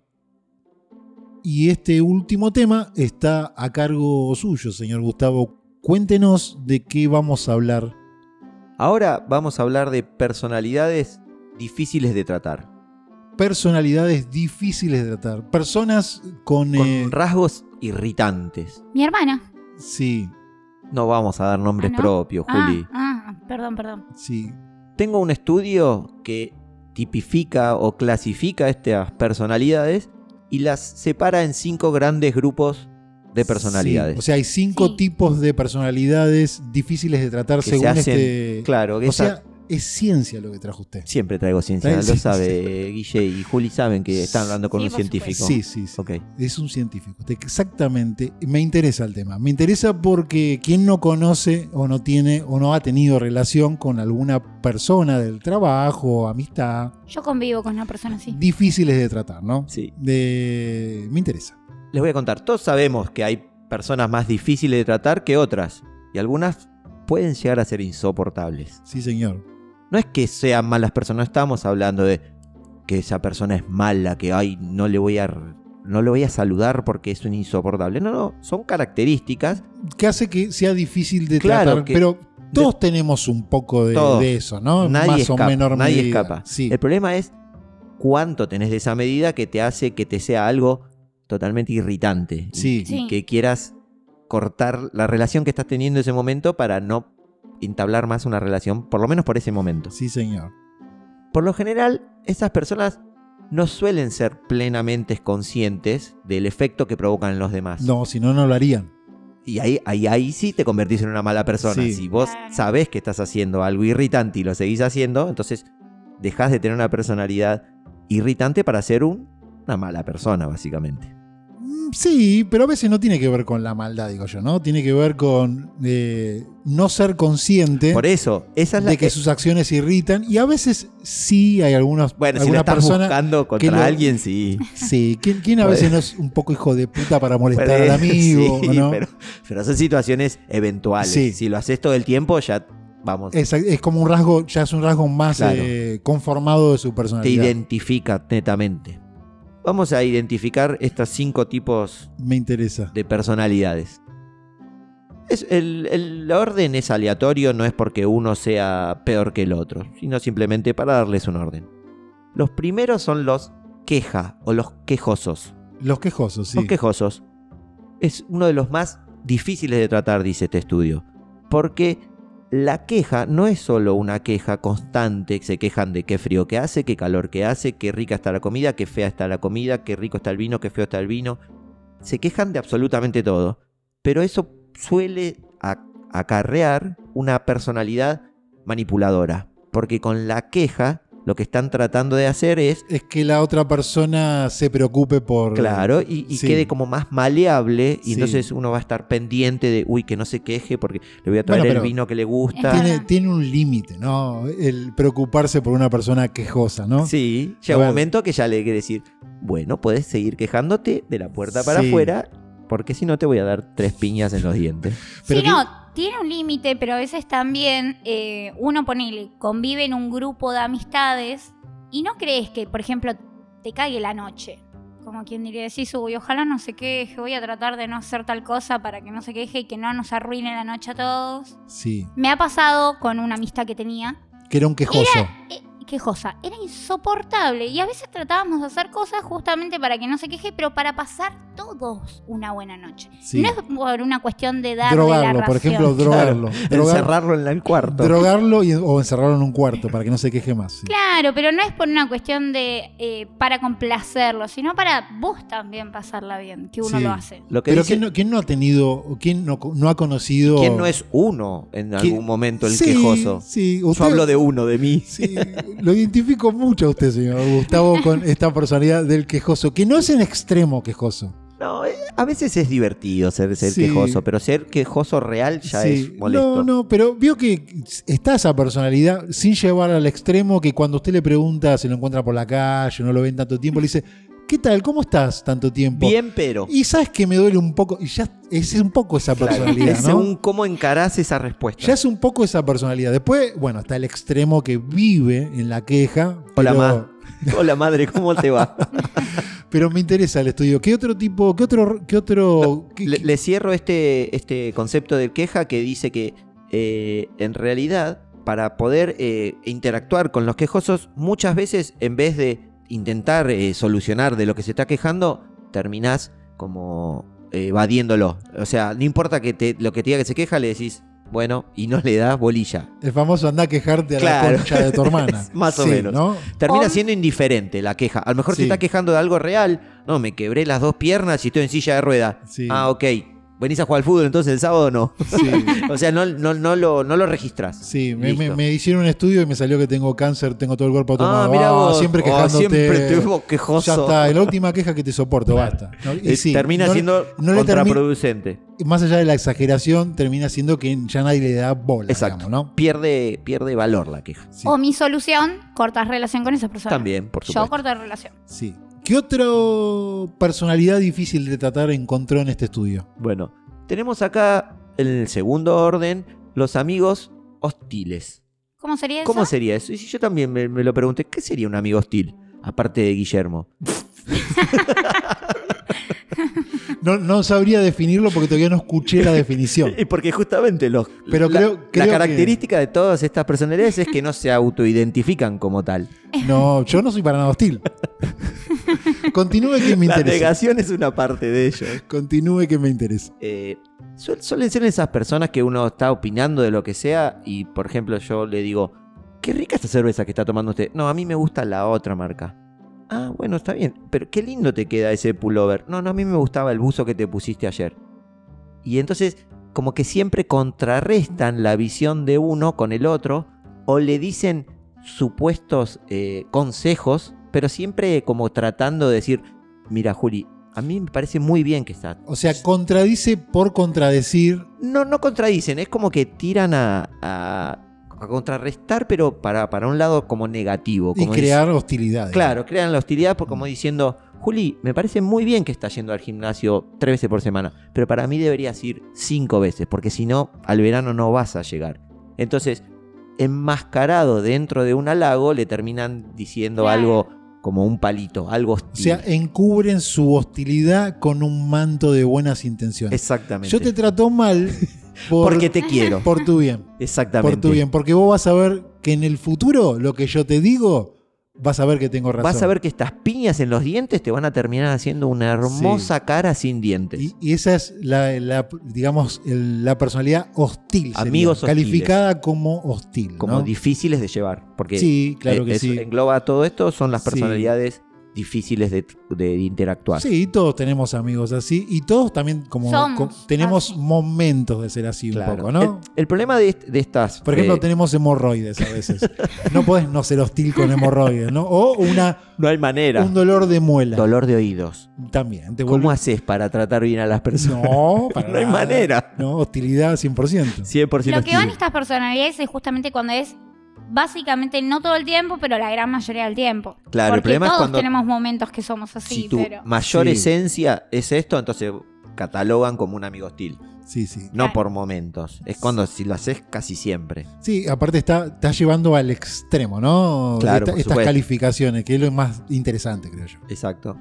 A: Y este último tema está a cargo suyo, señor Gustavo. Cuéntenos de qué vamos a hablar.
B: Ahora vamos a hablar de personalidades difíciles de tratar.
A: Personalidades difíciles de tratar. Personas con...
B: Con
A: eh,
B: rasgos irritantes.
C: Mi hermana.
A: sí,
B: No vamos a dar nombres
C: Ah, ¿no?
B: propios,
C: Ah,
B: Juli.
C: ah, perdón, perdón.
A: sí.
B: Tengo un estudio que tipifica o clasifica estas personalidades y las separa en cinco grandes grupos de personalidades.
A: Sí, o sea, hay cinco
C: Sí.
A: tipos de personalidades difíciles de tratar
B: Que se
A: según
B: hacen-
A: este...
B: claro, que
A: O
B: esa-
A: sea, es ciencia lo que trajo usted.
B: siempre traigo ciencia,
A: Sí,
B: lo
A: sí,
B: sabe Guille y Juli saben que están hablando con
C: Sí,
B: un
C: por
B: científico.
A: Sí, sí, sí.
B: Ok.
A: Es un científico. Te- Exactamente. Me interesa el tema. Me interesa porque quien no conoce o no tiene o no ha tenido relación con alguna persona del trabajo, amistad,
C: Yo convivo con una persona así.
A: difíciles de tratar, ¿no?
B: Sí.
A: De- me interesa.
B: Les voy a contar, todos sabemos que hay personas más difíciles de tratar que otras. y algunas pueden llegar a ser insoportables.
A: Sí, señor.
B: No es que sean malas personas, no estamos hablando de que esa persona es mala, que ay, no le voy a no le voy a saludar porque es un insoportable. No, no, son características.
A: Que hace que sea difícil de
B: Claro
A: tratar,
B: que-
A: pero todos tenemos un poco de,
B: Todos.
A: de eso, ¿no?
B: nadie
A: Más
B: escapa,
A: o menor
B: nadie
A: medida.
B: escapa.
A: Sí,
B: El problema es cuánto tenés de esa medida que te hace que te sea algo totalmente irritante.
A: sí.
C: Sí.
B: que quieras cortar la relación que estás teniendo en ese momento para no entablar más una relación, por lo menos por ese momento.
A: Sí, señor.
B: Por lo general, esas personas no suelen ser plenamente conscientes del efecto que provocan en los demás.
A: No, si no, no lo harían.
B: Y ahí, ahí, ahí sí te convertís en una mala persona.
A: Sí.
B: Si vos
C: Claro.
B: sabés que estás haciendo algo irritante y lo seguís haciendo, entonces dejás de tener una personalidad irritante para ser un- una mala persona, básicamente.
A: Mm, Sí, pero a veces no tiene que ver con la maldad, digo yo, ¿no? Tiene que ver con eh, no ser consciente
B: Por eso, esa es la
A: ¿Eh? de que sus acciones irritan. Y a veces sí hay algunos,
B: Bueno, si lo
A: alguna
B: estás
A: persona.
B: buscando contra
A: lo-
B: alguien, sí.
A: Sí, ¿quién, quién a
B: Puede-
A: veces no es un poco hijo de puta para molestar
B: Puede-
A: al amigo?
B: sí,
A: o ¿no?
B: pero, pero son situaciones eventuales.
A: Sí.
B: Si lo haces todo el tiempo, ya vamos.
A: es, es como un rasgo, ya es un rasgo más
B: Claro.
A: eh, conformado de su
B: te
A: personalidad.
B: identifica netamente. Vamos a identificar estos cinco tipos
A: Me interesa.
B: de personalidades. Es- el, el orden es aleatorio, no es porque uno sea peor que el otro, sino simplemente para darles un orden. Los primeros son los queja o los quejosos.
A: Los quejosos, sí.
B: Los quejosos. Es uno de los más difíciles de tratar, dice este estudio. Porque la queja no es solo una queja constante, que se quejan de qué frío que hace, qué calor que hace, qué rica está la comida, qué fea está la comida, qué rico está el vino, qué feo está el vino. Se quejan de absolutamente todo. Pero eso suele a- acarrear una personalidad manipuladora. Porque con la queja lo que están tratando de hacer es
A: Es que la otra persona se preocupe por.
B: Claro, y, y
A: Sí.
B: quede como más maleable. Y
A: Sí.
B: entonces uno va a estar pendiente de, uy, que no se queje porque le voy a traer
A: Bueno,
B: el
A: pero-
B: vino que le gusta.
A: Tiene, tiene un límite, ¿no? El preocuparse por una persona quejosa, ¿no?
B: Sí,
A: A
B: llega un
A: ver.
B: momento que ya le hay que decir, bueno, puedes seguir quejándote de la puerta para
A: Sí.
B: afuera porque si no te voy a dar tres piñas en los dientes.
A: Pero
C: sí,
A: que-
C: no, tiene un límite, pero a veces también eh, uno ponele, convive en un grupo de amistades y no crees que, por ejemplo, te cague la noche. Como quien diría, decís, uy, ojalá no se queje, voy a tratar de no hacer tal cosa para que no se queje y que no nos arruine la noche a todos.
A: Sí.
C: Me ha pasado con una amistad que tenía,
A: Que era un quejoso.
C: eh, quejosa, era insoportable y a veces tratábamos de hacer cosas justamente para que no se queje, pero para pasar todos una buena noche.
A: Sí.
C: No es por una cuestión de darle
A: drogarlo,
C: la
A: por
C: ración.
A: ejemplo, drogarlo. Drogar-
B: Encerrarlo en la- el cuarto.
A: drogarlo y- o encerrarlo en un cuarto para que no se queje más. sí.
C: Claro, pero no es por una cuestión de eh, para complacerlo, sino para vos también pasarla bien, que uno
A: Sí.
C: lo hace.
B: Lo que
A: Pero
B: dice-
A: ¿quién no, quién no ha tenido, o quién no, no ha conocido.
B: ¿quién no es uno en
A: ¿Quién-
B: algún momento el
A: Sí,
B: quejoso?
A: Sí,
B: Yo
A: usted-
B: hablo de uno, de mí.
A: Sí, lo identifico mucho a usted, señor Gustavo, con esta personalidad del quejoso, que no es en extremo quejoso.
B: No, eh, a veces es divertido ser, ser
A: Sí.
B: quejoso, pero ser quejoso real ya
A: Sí,
B: es molesto.
A: No, no, pero vio que está esa personalidad sin llevar al extremo que cuando usted le pregunta, se lo encuentra por la calle, no lo ven tanto tiempo, le dice, ¿qué tal? ¿Cómo estás tanto tiempo?
B: Bien, pero.
A: Y sabes que me duele un poco, y ya es un poco esa personalidad,
B: Es
A: ¿no?
B: según cómo encarás esa respuesta.
A: Ya es un poco esa personalidad. Después, bueno, está el extremo que vive en la queja.
B: Hola,
A: pero-
B: ma. Hola madre, ¿cómo te va?
A: Pero me interesa el estudio. ¿Qué otro tipo, qué otro, qué otro, qué-
B: Le, le cierro este, este concepto de queja que dice que eh, en realidad, para poder eh, interactuar con los quejosos, muchas veces en vez de intentar eh, solucionar de lo que se está quejando, terminás como eh, evadiéndolo. O sea, no importa que te, lo que te diga que se queja, le decís, bueno, y no le das bolilla.
A: el famoso anda a quejarte a
B: Claro.
A: la concha de tu hermana?
B: Más o
A: Sí,
B: menos.
A: ¿no?
B: Termina
C: Om.
B: siendo indiferente la queja. A lo mejor
A: Sí.
B: se está quejando de algo real. No, me quebré las dos piernas y estoy en silla de rueda.
A: Sí.
B: Ah, ok. ¿Venís a jugar al fútbol entonces el sábado no?
A: Sí.
B: o sea, no, no, no lo, no lo registras.
A: Sí, me, me-
B: Listo.
A: me hicieron un estudio y me salió que tengo cáncer, tengo todo el cuerpo tomado.
B: ah, mira
A: Ah,
B: vos.
A: siempre
B: Oh,
A: quejándote.
B: siempre estuvimos
A: ya
B: quejoso.
A: está, es la última queja que te soporto, basta. No, y
B: Eh,
A: sí,
B: termina
A: no le-
B: siendo
A: no le termi-
B: contraproducente.
A: Más allá de la exageración, termina siendo que ya nadie le da bola,
B: Exacto.
A: digamos, ¿no?
B: pierde, pierde valor la queja.
A: Sí,
C: O mi solución, cortas relación con esa persona.
B: También, por
C: Yo
B: supuesto.
C: corto relación.
A: sí. ¿Qué otra personalidad difícil de tratar encontró en este estudio?
B: Bueno, tenemos acá el segundo orden, los amigos hostiles.
C: ¿Cómo sería eso?
B: ¿Cómo sería eso? Y yo también me, me lo pregunté, ¿qué sería un amigo hostil? Aparte de Guillermo.
A: No, no sabría definirlo porque todavía no escuché la definición.
B: Y Eh, porque justamente los,
A: Pero
B: la,
A: creo-
B: la
A: creo que-
B: característica de todas estas personalidades es que no se autoidentifican como tal.
A: No, yo no soy para nada hostil. Continúe que me
B: La
A: interesa.
B: negación es una parte de ellos.
A: Continúe que me interesa.
B: eh, suel- suelen ser esas personas que uno está opinando de lo que sea y, por ejemplo, yo le digo, qué rica esta cerveza que está tomando usted. No, a mí me gusta la otra marca. Ah, bueno, está bien. Pero qué lindo te queda ese pullover. No, no, a mí me gustaba el buzo que te pusiste ayer. Y entonces, como que siempre contrarrestan la visión de uno con el otro o le dicen supuestos eh, consejos, pero siempre como tratando de decir, mira, Juli, a mí me parece muy bien que estás
A: O sea, contradice por contradecir.
B: no, no contradicen, es como que tiran a, a- a contrarrestar, pero para, para un lado como negativo.
A: Y
B: Como
A: crear Mm. hostilidades.
B: dic- claro, crean la hostilidad por como diciendo, Juli, me parece muy bien que estás yendo al gimnasio tres veces por semana, pero para mí deberías ir cinco veces, porque si no, al verano no vas a llegar. Entonces, enmascarado dentro de un halago, le terminan diciendo
C: Claro.
B: algo como un palito, algo hostil.
A: O sea, encubren su hostilidad con un manto de buenas intenciones.
B: Exactamente.
A: eh, Yo te trato mal por-
B: porque te quiero.
A: por tu bien.
B: Exactamente.
A: Por tu bien, porque vos vas a ver que en el futuro lo que yo te digo, vas a ver que tengo razón.
B: Vas a ver que estas piñas en los dientes te van a terminar haciendo una hermosa cara sin dientes.
A: Y, y esa es la, la, digamos, el- la personalidad hostil. sería,
B: Amigos hostiles.
A: Calificada como hostil. ¿no?
B: como difíciles de llevar. Porque
A: Sí, claro
B: eh,
A: que
B: eso
A: sí.
B: engloba todo esto, son las
A: Sí.
B: personalidades difíciles de, de interactuar.
A: Sí, todos tenemos amigos así. Y todos también como,
C: Somos
A: co- tenemos
C: así.
A: momentos de ser así
B: Claro.
A: un poco, ¿no?
B: el, el problema de, est- de estas.
A: Por ejemplo,
B: eh,
A: tenemos hemorroides a veces. No podés no ser hostil con hemorroides, ¿no? O una,
B: no hay manera.
A: un dolor de muela.
B: Dolor de oídos.
A: También. Te
B: ¿Cómo
A: vuelve-
B: haces para tratar bien a las personas?
A: No, para
B: No hay
A: nada.
B: manera.
A: No, hostilidad 100%.
B: 100%
C: Lo que van
B: hostil.
C: estas personalidades es justamente cuando es básicamente no todo el tiempo, pero la gran mayoría del tiempo.
B: Claro, el
C: Porque
B: problema es
C: todos
B: cuando-
C: tenemos momentos que somos así,
B: Si tu
C: pero
B: mayor
A: Sí.
B: esencia es esto, entonces catalogan como un amigo hostil.
A: Sí, sí.
B: No
C: Claro.
B: por momentos. Es cuando si lo haces casi siempre.
A: Sí, aparte está, está llevando al extremo, ¿no?
B: Claro,
A: Esta-
B: por
A: estas
B: supuesto.
A: calificaciones, que es lo más interesante, creo yo.
B: Exacto.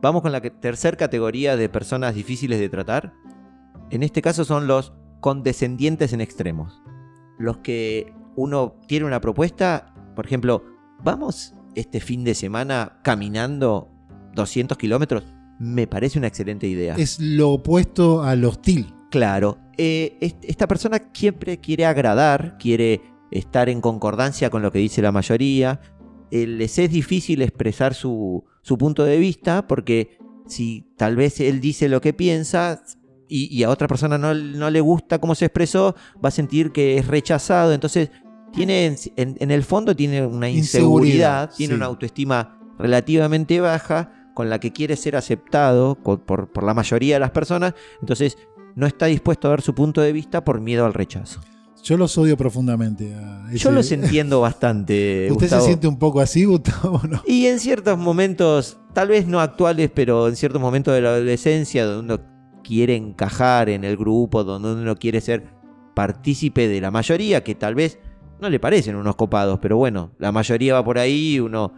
B: Vamos con la que- tercer categoría de personas difíciles de tratar. En este caso son los condescendientes en extremos. Los que uno tiene una propuesta, por ejemplo, vamos este fin de semana caminando 200 kilómetros, me parece una excelente idea.
A: Es lo opuesto al hostil.
B: Claro, eh, est- esta persona siempre quiere agradar, quiere estar en concordancia con lo que dice la mayoría. Eh, les es difícil expresar su, su punto de vista porque si tal vez él dice lo que piensa y, y a otra persona no, no le gusta cómo se expresó, va a sentir que es rechazado. Entonces, tiene en, en- en el fondo tiene una inseguridad,
A: Inseguridad,
B: tiene
A: sí.
B: una autoestima relativamente baja con la que quiere ser aceptado co- por- por la mayoría de las personas. Entonces, no está dispuesto a dar su punto de vista por miedo al rechazo.
A: Yo los odio profundamente. a ese-
B: Yo los entiendo bastante,
A: ¿Usted
B: Eh, Gustavo.
A: se siente un poco así, Gustavo? ¿No?
B: Y en ciertos momentos, tal vez no actuales, pero en ciertos momentos de la adolescencia, donde uno quiere encajar en el grupo, donde uno quiere ser partícipe de la mayoría, que tal vez no le parecen unos copados, pero bueno, la mayoría va por ahí, uno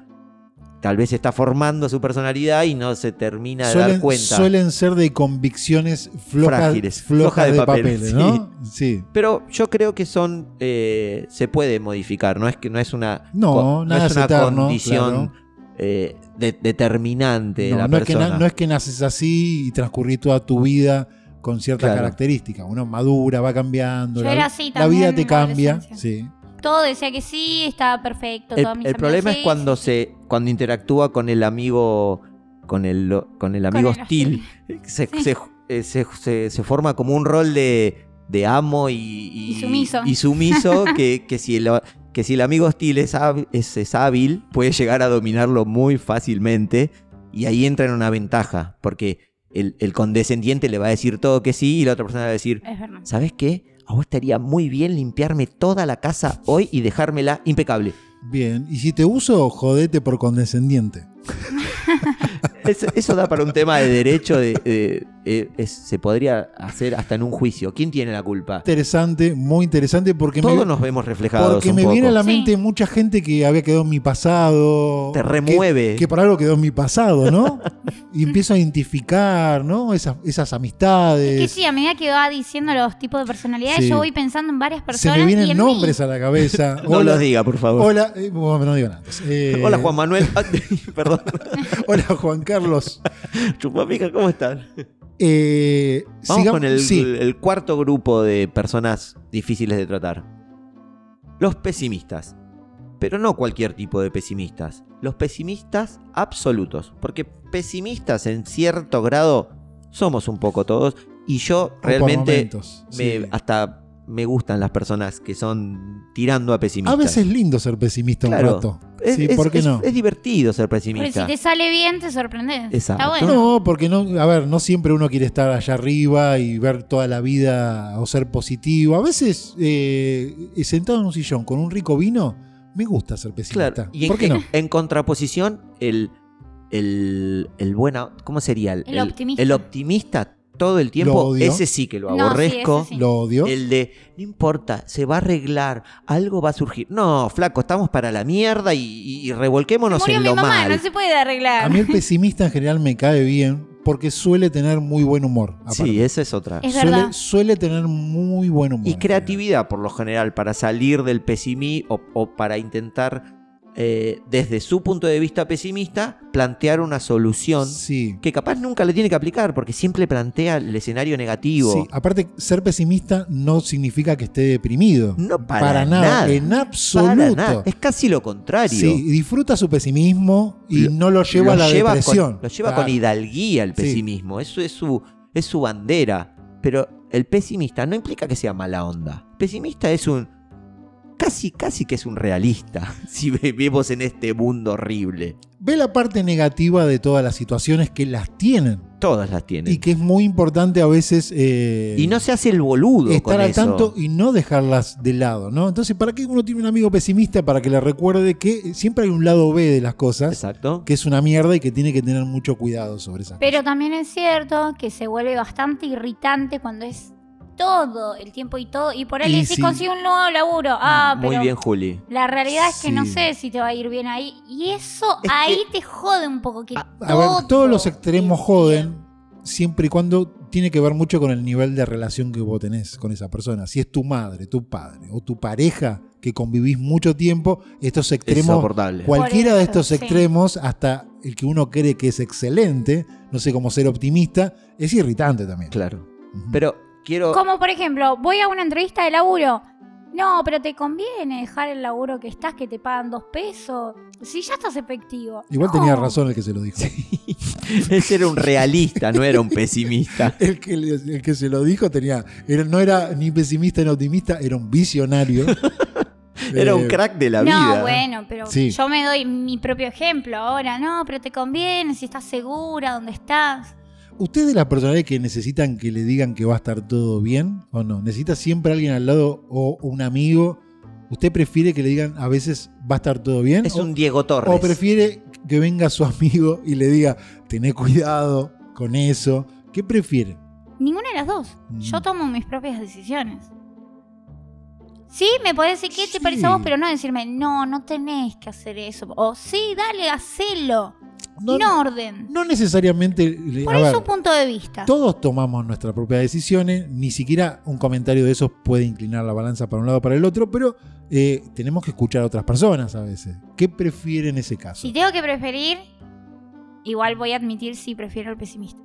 B: tal vez está formando su personalidad y no se termina de dar
A: Suelen,
B: cuenta.
A: suelen ser de convicciones flojas,
B: Frágiles,
A: flojas
B: floja de
A: de,
B: papel,
A: papeles,
B: sí.
A: ¿no? Sí.
B: Pero yo creo que son. eh, se puede modificar, no es que no es una.
A: No,
B: co-
A: nada
B: es una
A: aceptar, ¿no?
B: condición eh, de- determinante de
A: No,
B: la
A: no es que na-
B: persona.
A: no es que naces así y transcurrís toda tu vida con ciertas
B: Claro.
A: características. Uno madura, va cambiando.
C: Yo
A: la,
C: era así
A: la vida
C: también
A: te
C: en la
A: cambia.
C: adolescencia.
A: Sí.
C: todo decía que sí, estaba perfecto.
B: el
C: todas mis
B: el
C: amigas,
B: problema es
C: sí,
B: cuando
C: sí,
B: se. cuando interactúa con el amigo. con el lo- con el amigo
C: el
B: hostil. Se,
C: Sí.
B: se- eh, se- se- se forma como un rol de, de amo y, y-
C: Y sumiso.
B: y sumiso que, que si el, que si el amigo hostil es, hab- es- es hábil, puede llegar a dominarlo muy fácilmente. Y ahí entra en una ventaja, porque el, el condescendiente le va a decir todo que sí y la otra persona le va a decir,
C: Es verdad.
B: ¿sabes qué? A vos estaría muy bien limpiarme toda la casa hoy y dejármela impecable.
A: Bien. Y si te uso, jodete por condescendiente.
B: Eso, eso da para un tema de derecho de, de- eh, es- se podría hacer hasta en un juicio. ¿Quién tiene la culpa?
A: Interesante, muy interesante porque
B: Todos
A: me,
B: nos vemos reflejados
A: porque
B: un
A: me
B: poco.
A: viene a la
C: Sí.
A: mente mucha gente que había quedado en mi pasado.
B: Te
A: que-
B: remueve.
A: Que, por algo quedó en mi pasado, ¿no? y empiezo a identificar, ¿no? Esas, esas amistades.
C: Es que sí, a medida que va diciendo los tipos de personalidades,
A: Sí.
C: yo voy pensando en varias
A: Se
C: personas.
A: me
C: y
A: vienen
C: en
A: nombres
C: mí.
A: a la cabeza.
B: No los diga, por favor.
A: Hola, eh, bueno, no digo nada. Eh,
B: Hola, Juan Manuel. Ah, Perdón.
A: Hola, Juan Carlos.
B: Chupapija, ¿cómo están?
A: Eh,
B: Vamos
A: sigamos-
B: con el,
A: sí,
B: el cuarto grupo de personas difíciles de tratar. Los pesimistas. Pero no cualquier tipo de pesimistas. Los pesimistas absolutos. Porque pesimistas en cierto grado somos un poco todos. Y yo
A: o por
B: realmente
A: momentos,
B: me-
A: sí.
B: hasta me gustan las personas que son tirando a pesimistas.
A: A veces es lindo ser pesimista
B: Claro.
A: un rato.
B: es,
A: sí,
B: es-
A: ¿por qué
B: es-
A: no?
B: es divertido ser
C: Porque
B: pesimista.
C: si te sale bien, te sorprendes.
B: Exacto.
C: Está bueno.
A: No, porque no, a ver, no siempre uno quiere estar allá arriba y ver toda la vida o ser positivo. A veces, eh, sentado en un sillón con un rico vino, me gusta ser pesimista.
B: Claro. Y en,
A: ¿Por qué no?
B: en contraposición, el, el, el buena. ¿Cómo sería? El,
C: El optimista.
B: el optimista todo el
A: Lo
B: tiempo.
A: odio.
B: Ese sí que lo
C: No, sí,
B: aborrezco.
C: ese sí.
A: Lo odio.
B: El de, no importa, se va a arreglar, algo va a surgir. No, flaco, estamos para la mierda y, y- y revolquémonos
C: Murió
B: en
C: mi
B: lo
C: mamá,
B: mal.
C: no se puede arreglar.
A: A mí el pesimista en general me cae bien porque suele tener muy buen humor. aparte.
B: Sí, esa es otra.
C: Es
A: suele,
C: verdad.
A: suele tener muy buen humor.
B: Y
A: en
B: creatividad, por lo general, para salir del pesimismo o, o para intentar, eh, desde su punto de vista pesimista, plantear una
A: general.
B: solución
A: Sí.
B: que capaz nunca le tiene que aplicar porque siempre plantea el escenario negativo.
A: Sí, aparte, ser pesimista no significa que esté deprimido.
B: No para, nada.
A: En
B: Para
A: absoluto.
B: nada. Es casi lo contrario.
A: Sí, y disfruta su pesimismo y
B: Lo-
A: no lo lleva a la
B: con-
A: depresión.
B: lo lleva
A: Claro.
B: con hidalguía el
A: Sí.
B: pesimismo. Eso es su, es su bandera. Pero el pesimista no implica que sea mala onda. Pesimista es un. Casi, casi que es un realista. Si vivimos en este mundo horrible.
A: Ve la parte negativa de todas las situaciones que las tienen
B: Todas las tienen.
A: y
B: Y,
A: que es muy importante a veces eh,
B: no se hace el boludo
A: estar
B: con
A: al
B: eso.
A: tanto y no dejarlas de lado, ¿no? Entonces, ¿para qué uno tiene un amigo pesimista para que le recuerde que siempre hay un lado B de las cosas
B: Exacto.
A: que es una mierda y que tiene que tener mucho cuidado sobre esas
C: Pero también es cierto que se vuelve bastante irritante cuando es todo el tiempo y todo. Y por ahí
A: Y
C: le decís,
A: sí.
C: consigue un nuevo laburo. Ah,
B: Muy
C: pero
B: bien, Juli.
C: La realidad es que no
A: Sí.
C: sé si te va a ir bien ahí. Y eso
B: Es
C: ahí te jode un poco. Que
A: A ver,
C: todo
A: todos los extremos
C: es
A: joden siempre y cuando tiene que ver mucho con el nivel de relación que vos tenés con esa persona. Si es tu madre, tu padre o tu pareja que convivís mucho tiempo, estos
B: Es
A: extremos,
B: insoportable.
A: cualquiera
C: Por
A: de
C: eso,
A: estos
C: sí.
A: extremos, hasta el que uno cree que es excelente, no sé cómo ser optimista, es irritante también.
B: Claro.
A: Ujú.
B: Pero quiero.
C: Como por ejemplo, voy a una entrevista de laburo. No, pero te conviene dejar el laburo que estás, que te pagan dos pesos. Si ya estás efectivo.
A: Igual
C: No.
A: tenía razón el que se lo dijo.
B: Ese era un realista, no era un pesimista.
A: El que, le- el que se lo dijo tenía, era- no era ni pesimista ni optimista, era un visionario.
B: Era un
A: Eh,
B: crack de la
C: no,
B: vida.
C: bueno, pero
A: Sí.
C: yo me doy mi propio ejemplo ahora. No, pero te conviene si estás segura, dónde estás.
A: ¿Usted es de las personas que necesitan que le digan que va a estar todo bien o no? ¿Necesita siempre alguien al lado o un amigo? ¿Usted prefiere que le digan a veces va a estar todo bien?
B: Es
A: o,
B: un Diego Torres.
A: o prefiere que venga su amigo y le diga, tené cuidado con eso? ¿Qué prefiere?
C: Ninguna de las dos. Yo
A: Mm.
C: tomo mis propias decisiones. Sí, me podés decir qué
A: Sí.
C: te parece a vos, pero no decirme, no, no tenés que hacer eso. O sí, dale, hacelo.
A: No,
C: Sin orden.
A: no necesariamente... le-
C: Por
A: a ver,
C: eso un punto de vista.
A: todos tomamos nuestras propias decisiones, ni siquiera un comentario de esos puede inclinar la balanza para un lado o para el otro, pero eh, tenemos que escuchar a otras personas a veces. ¿Qué prefiere en ese caso?
C: Si tengo que preferir, igual voy a admitir si prefiero el pesimista.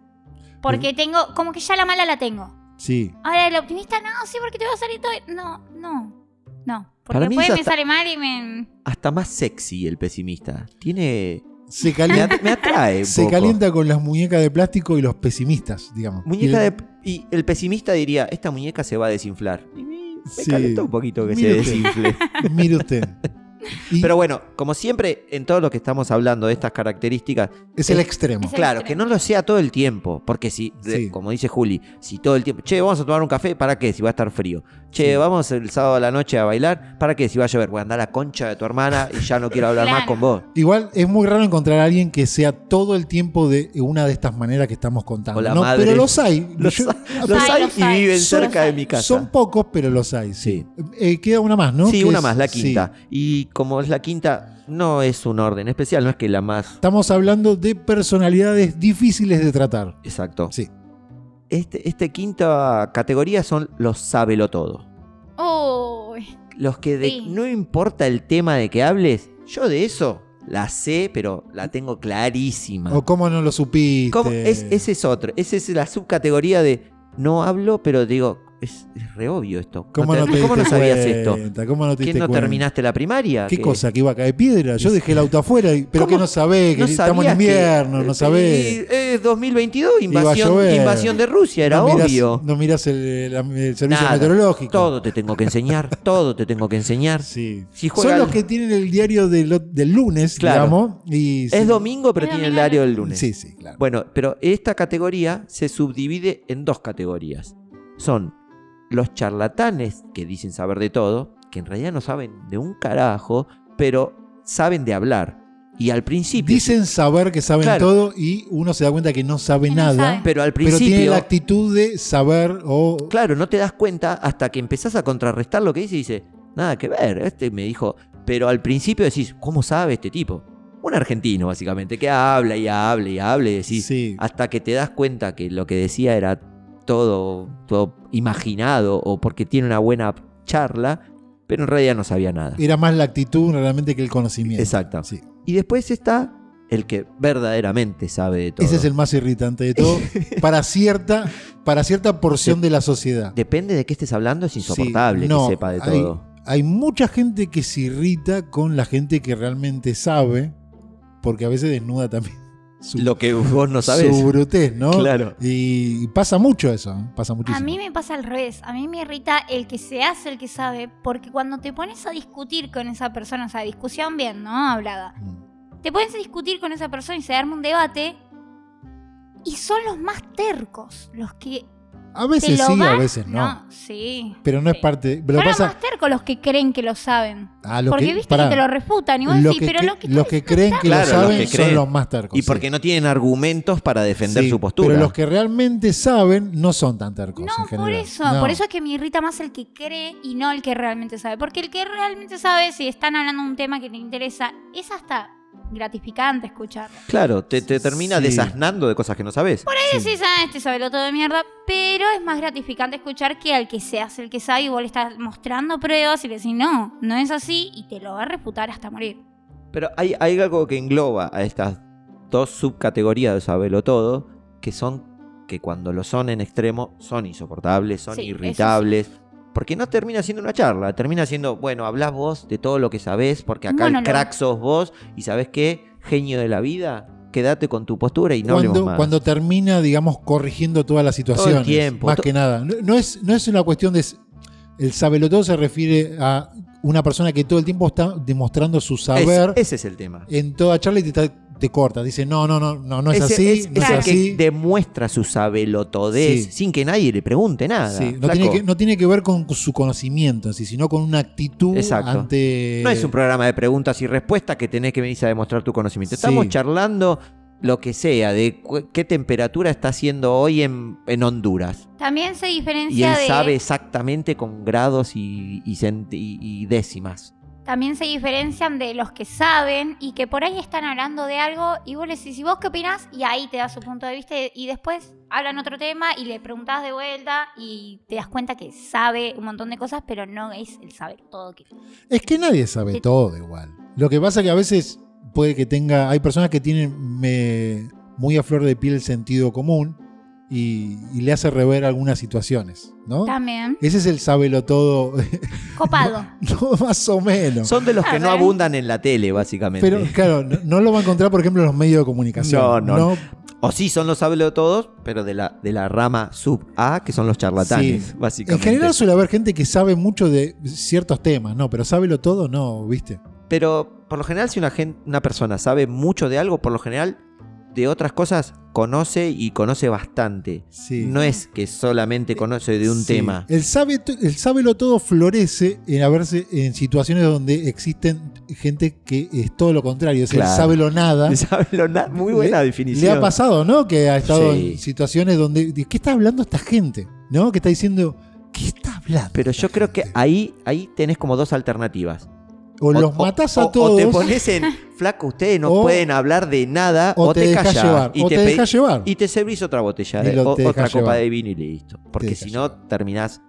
C: Porque tengo, como que ya la mala la tengo.
A: Sí.
C: Ahora el optimista, no, sí, porque te va a salir todo. No, no, no. Porque
B: Para mí
C: después
B: ya
C: me
B: está-
C: sale mal y me.
B: Hasta más sexy el pesimista. Tiene.
A: Se
B: Me,
A: calienta.
B: at- me atrae. un
A: Se
B: poco.
A: calienta con las muñecas de plástico y los pesimistas, digamos.
B: Muñeca
A: Y el-
B: de. Y el pesimista diría: Esta muñeca se va a desinflar. Y me, me
A: Sí.
B: calentó un poquito que
A: Mire
B: se
A: usted.
B: desinfle.
A: Mire usted. Y
B: Pero bueno, como siempre, en todo lo que estamos hablando de estas características,
A: es el
B: eh,
A: extremo.
C: es el-
B: claro,
C: extremo.
B: que no lo sea todo el tiempo. Porque si, de-
A: Sí.
B: como dice Juli, si todo el tiempo, che, vamos a tomar un café, ¿para qué? Si va a estar frío. Che,
A: Sí.
B: vamos el sábado a la noche a bailar, ¿para qué? Si va a llover, voy a andar a la concha de tu hermana y ya no quiero hablar más
C: Claro.
B: con vos.
A: Igual es muy raro encontrar a alguien que sea todo el tiempo de una de estas maneras que estamos contando.
B: O la
A: ¿no?
B: madre.
A: Pero los hay.
B: Los,
A: Yo-
B: los hay
C: los
B: y
C: hay.
B: viven
A: Son-
B: cerca de mi casa.
A: Son pocos, pero los hay. Sí. Eh, queda una más, ¿no?
B: Sí,
A: Que
B: una
A: es-
B: más, la
A: sí.
B: quinta. Y como es la quinta, no es un orden especial, no es que la más.
A: Estamos hablando de personalidades difíciles de tratar.
B: Exacto.
A: Sí.
B: Este, este quinta categoría son los sábelo todo.
C: Uy,
B: Los que de-
C: Sí.
B: no importa el tema de que hables, yo de eso la sé, pero la tengo clarísima.
A: O cómo no lo supiste.
B: ¿Cómo? Es, ese es otro. Esa es la subcategoría de no hablo, pero digo, es, es re obvio esto.
A: ¿Cómo no,
B: te-
A: te
B: ¿cómo no
A: diste
B: sabías esto?
A: cuenta? ¿Cómo no te
B: ¿Que
A: diste
B: no
A: cuenta?
B: terminaste la primaria?
A: ¿Qué
B: ¿Que-
A: cosa? ¿Que iba a caer piedra? Yo dejé el auto afuera, y- pero
B: ¿Cómo?
A: que no sabés, que
B: No
A: estamos en
B: sabías que-
A: invierno,
B: eh,
A: no sabés.
B: y- eh, 2022,
A: Iba a
B: invasión,
A: llover.
B: invasión de Rusia, era
A: no mirás,
B: obvio.
A: No mirás el, la- el servicio
B: Nada,
A: meteorológico.
B: Todo te tengo que enseñar, todo te tengo que enseñar.
A: Sí.
B: Si juega
A: Son los
B: el-
A: que tienen el diario de lo- del lunes,
B: Claro.
A: digamos. Y sí.
B: Es domingo, pero
C: Es
B: tiene el
C: domingo.
B: horario del lunes.
A: Sí, sí, claro.
B: Bueno, pero esta categoría se subdivide en dos categorías. Son los charlatanes que dicen saber de todo, que en realidad no saben de un carajo, pero saben de hablar. Y al principio,
A: Dicen saber que saben
B: Claro.
A: todo y uno se da cuenta que no sabe
C: Que no
A: nada,
C: sabe.
B: pero al
A: pero
B: principio,
A: tiene la actitud de saber o...
B: claro, no te das cuenta hasta que empezás a contrarrestar lo que dice y dice, nada que ver, este me dijo, pero al principio decís, ¿cómo sabe este tipo? Un argentino, básicamente, que habla y habla y habla y decís,
A: Sí.
B: Hasta que te das cuenta que lo que decía era todo, todo imaginado o porque tiene una buena charla, pero en realidad no sabía nada.
A: Era más la actitud realmente que el conocimiento.
B: Exacto.
A: Sí.
B: Y después está el que verdaderamente sabe de todo.
A: Ese es el más irritante de todo para cierta, para cierta porción de la sociedad.
B: Depende de qué estés hablando, es insoportable
A: Sí, no,
B: que sepa de
A: hay-
B: todo.
A: Hay mucha gente que se irrita con la gente que realmente sabe, porque a veces desnuda también su,
B: Lo que vos no sabés.
A: su brutez, ¿no?
B: Claro.
A: Y pasa mucho eso, ¿eh? pasa muchísimo.
C: a mí me pasa al revés. A mí me irrita el que se hace el que sabe, porque cuando te pones a discutir con esa persona, o sea, discusión bien, ¿no? Hablada.
A: Mm.
C: Te pones a discutir con esa persona y se arma un debate. Y son los más tercos, los que
A: A
C: te
A: veces
C: lo
A: sí, a
C: van-
A: veces no.
C: sí.
A: Pero no es
C: Sí.
A: parte. Pero
C: Son los
A: pasa
C: más tercos los que creen que lo saben.
A: a los
C: porque
A: que,
C: viste
A: pará,
C: que te lo refutan y vos
A: los
C: decís,
A: que,
C: pero
A: cre-
C: lo que
A: los que creen que
B: Claro,
A: lo
B: los
A: saben
B: que
A: son
B: creen.
A: los más tercos.
B: Y porque
A: sí.
B: no tienen argumentos para defender
A: Sí,
B: su postura.
A: Pero los que realmente saben no son tan tercos. en
C: No, por
A: general.
C: eso.
A: No.
C: Por eso es que me irrita más el que cree y no el que realmente sabe. Porque el que realmente sabe, si están hablando de un tema que te interesa, es hasta gratificante escucharlo.
B: Claro, te, te termina
A: Sí.
B: desaznando de cosas que no sabés.
C: Sí.
A: Sí.
C: Decís, ah, este sabe lo todo de mierda, pero es más gratificante escuchar que al que se hace el que sabe y vos le estás mostrando pruebas y le decís, no, no es así y te lo va a refutar hasta morir.
B: Pero hay, hay algo que engloba a estas dos subcategorías de saberlo todo, que son que cuando lo son en extremo son insoportables, son
C: Sí, eso
B: irritables. Porque no termina siendo una charla, termina siendo, bueno, hablás vos de todo lo que sabés, porque acá el
C: Monólogo.
B: crack sos vos, y sabés qué, genio de la vida, quédate con tu postura y no hablemos
A: cuando,
B: más.
A: cuando termina, digamos, corrigiendo todas las situaciones.
B: tiempo,
A: Más
B: to-
A: que nada. No, no es, no es una cuestión de. s- El sabelotodo se refiere a una persona que todo el tiempo está demostrando su
B: Es-
A: saber
B: ese es el tema.
A: en toda charla y te, está- te corta. Dice, no, no, no, no, no es
B: Ese-
A: así,
B: es-
A: no
B: es
A: es
B: el
C: Claro.
A: así.
B: que demuestra su sabelotodez
A: Sí.
B: sin que nadie le pregunte nada.
A: Sí, no, tiene
B: flaco.
A: que, no tiene que ver con su conocimiento en sí, sino con una actitud
B: Exacto.
A: ante.
B: No es un programa de preguntas y respuestas que tenés que venir a demostrar tu conocimiento. Estamos
A: Sí.
B: charlando lo que sea, de cu- qué temperatura está haciendo hoy en, en Honduras.
C: También se
B: Y
C: diferencia
B: él
C: de.
B: sabe exactamente con grados y, y cent- y- y décimas.
C: también se diferencian de los que saben y que por ahí están hablando de algo y vos le decís, ¿y vos qué opinás? Y ahí te da su punto de vista y después hablan otro tema y le preguntás de vuelta y te das cuenta que sabe un montón de cosas, pero no es el saber todo que...
A: Es que nadie sabe
C: Sí.
A: todo igual. Lo que pasa que a veces puede que tenga. Hay personas que tienen me- muy a flor de piel el sentido común y, y le hace rever algunas situaciones, ¿no?
C: También.
A: Ese es el sábelo todo,
C: Copado.
A: no, más o menos.
B: Son de los que no
C: A ver.
B: abundan en la tele, básicamente.
A: Pero claro, no, no lo va a encontrar, por ejemplo, en los medios de comunicación.
B: No, no, o sí, son los sabelotodos, pero de la, de la rama sub A, que son los charlatanes,
A: Sí. En
B: básicamente.
A: general suele haber gente que sabe mucho de ciertos temas, ¿no? Pero sábelo todo, no, ¿viste?
B: Pero por lo general, si una, gen- una persona sabe mucho de algo, por lo general de otras cosas conoce y conoce bastante.
A: Sí. Eh,
B: No es que solamente conoce de un
A: Sí.
B: tema.
A: El, sabe, to- el sábelo todo florece en haberse en situaciones donde existen gente que es todo lo contrario, es
B: Claro.
A: el sábelo nada.
B: ¿Sabe lo na- Muy buena
A: Le-
B: definición.
A: Le ha pasado, ¿no? Que ha estado
B: Sí.
A: en situaciones donde. ¿de ¿Qué está hablando esta gente? ¿No? Que está diciendo. ¿Qué está hablando?
B: Pero yo creo que ahí, ahí tenés como dos alternativas.
A: O, los matás a
B: o-
A: todos.
B: O te pones en flaco, ustedes no
A: O-
B: pueden hablar de nada. O,
A: o te
B: callás.
A: dejas llevar.
B: Y
A: o te,
B: pe-
A: dejas llevar.
B: Y te servís otra botella,
A: Y
B: de,
A: lo-
B: o-
A: te
B: otra
A: dejás
B: copa
A: llevar.
B: de vino y listo. Porque
A: dejás
B: si no, terminás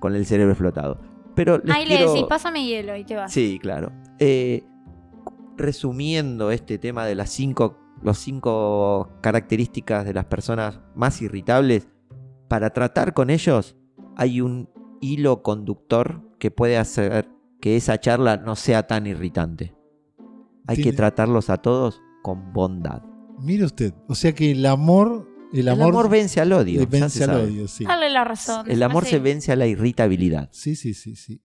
B: con el cerebro explotado. Pero les
C: Ahí le
B: quiero-
C: decís, pásame hielo y te vas.
B: Sí, claro. Eh, resumiendo este tema de las cinco, los cinco características de las personas más irritables, para tratar con ellos hay un hilo conductor que puede hacer que esa charla no sea tan irritante. Hay que
A: Tiene-
B: tratarlos a todos con bondad.
A: Mire usted. O sea que el amor. El
B: El amor,
A: amor,
B: vence al odio.
A: le
B: ya
A: vence
B: se
A: al
B: sabe.
A: odio, sí.
C: Dale la razón.
B: El amor
C: Así.
B: se vence a la irritabilidad.
A: Sí, sí, sí, sí.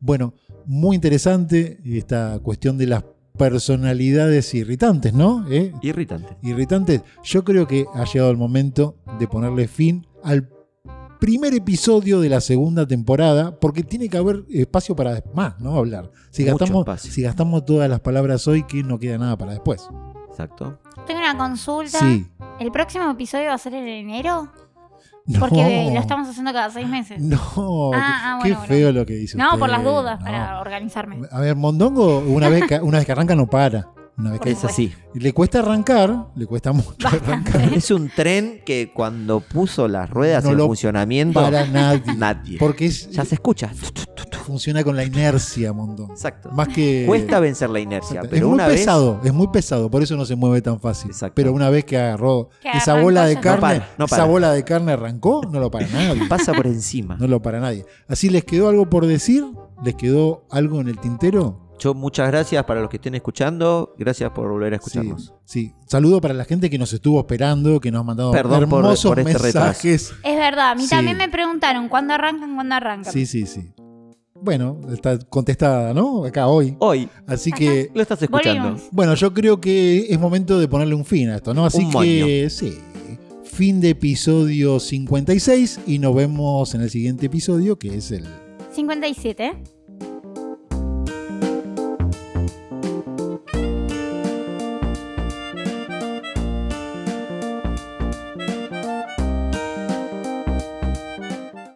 A: Bueno, muy interesante esta cuestión de las personalidades irritantes, ¿no? ¿Eh?
B: Irritante.
A: irritantes. Yo creo que ha llegado el momento de ponerle fin al primer episodio de la segunda temporada, porque tiene que haber espacio para más, ¿no? Hablar. Si
B: Mucho
A: gastamos,
B: espacio.
A: si gastamos todas las palabras hoy, que no queda nada para después.
B: Exacto.
C: Tengo una consulta.
A: Sí.
C: ¿El próximo episodio va a ser en enero?
A: No.
C: Porque lo estamos haciendo cada seis meses.
A: No,
C: Ah, ah,
A: qué
C: bueno, bueno.
A: feo lo que dice
C: No,
A: usted,
C: por las dudas,
A: no.
C: para organizarme.
A: A ver, Mondongo, una vez que, una vez que arranca no para. Una vez que-
B: Es así.
A: le cuesta arrancar, le cuesta mucho arrancar.
B: Es un tren que cuando puso las ruedas
A: No
B: en
A: lo
B: funcionamiento,
A: Para nadie.
B: nadie.
A: Porque es-
B: Ya se escucha.
A: funciona con la inercia, Mondongo.
B: Exacto.
A: Más que.
B: Cuesta vencer la inercia,
A: eh, Exacto.
B: pero
A: es muy
B: una vez
A: pesado, es muy pesado, por eso no se mueve tan fácil.
B: Exacto.
A: Pero una vez que agarró
C: Que
A: esa
C: arrancó
A: bola
C: ya
A: de
C: no.
A: carne,
B: para, no para.
A: esa bola de carne arrancó, no lo para nadie.
B: pasa por encima.
A: no lo para nadie. Así les quedó algo por decir, les quedó algo en el tintero.
B: Yo muchas gracias para los que estén escuchando, gracias por volver a
A: Sí,
B: escucharnos.
A: sí. Saludo para la gente que nos estuvo esperando, que nos ha mandado
B: Perdón por-
A: hermosos
B: por este
A: mensajes.
C: Es verdad, a mí
A: Sí.
C: también me preguntaron cuándo arrancan, cuándo arrancan.
A: Sí, sí, sí. Bueno, está contestada, ¿no? Acá hoy.
B: Hoy
A: Así que
B: lo estás escuchando.
C: Volvimos.
A: Bueno, yo creo que es momento de ponerle un fin a esto, ¿no? Así
B: Un
A: que sí. Fin de episodio 56 y nos vemos en el siguiente episodio que es el
C: 57.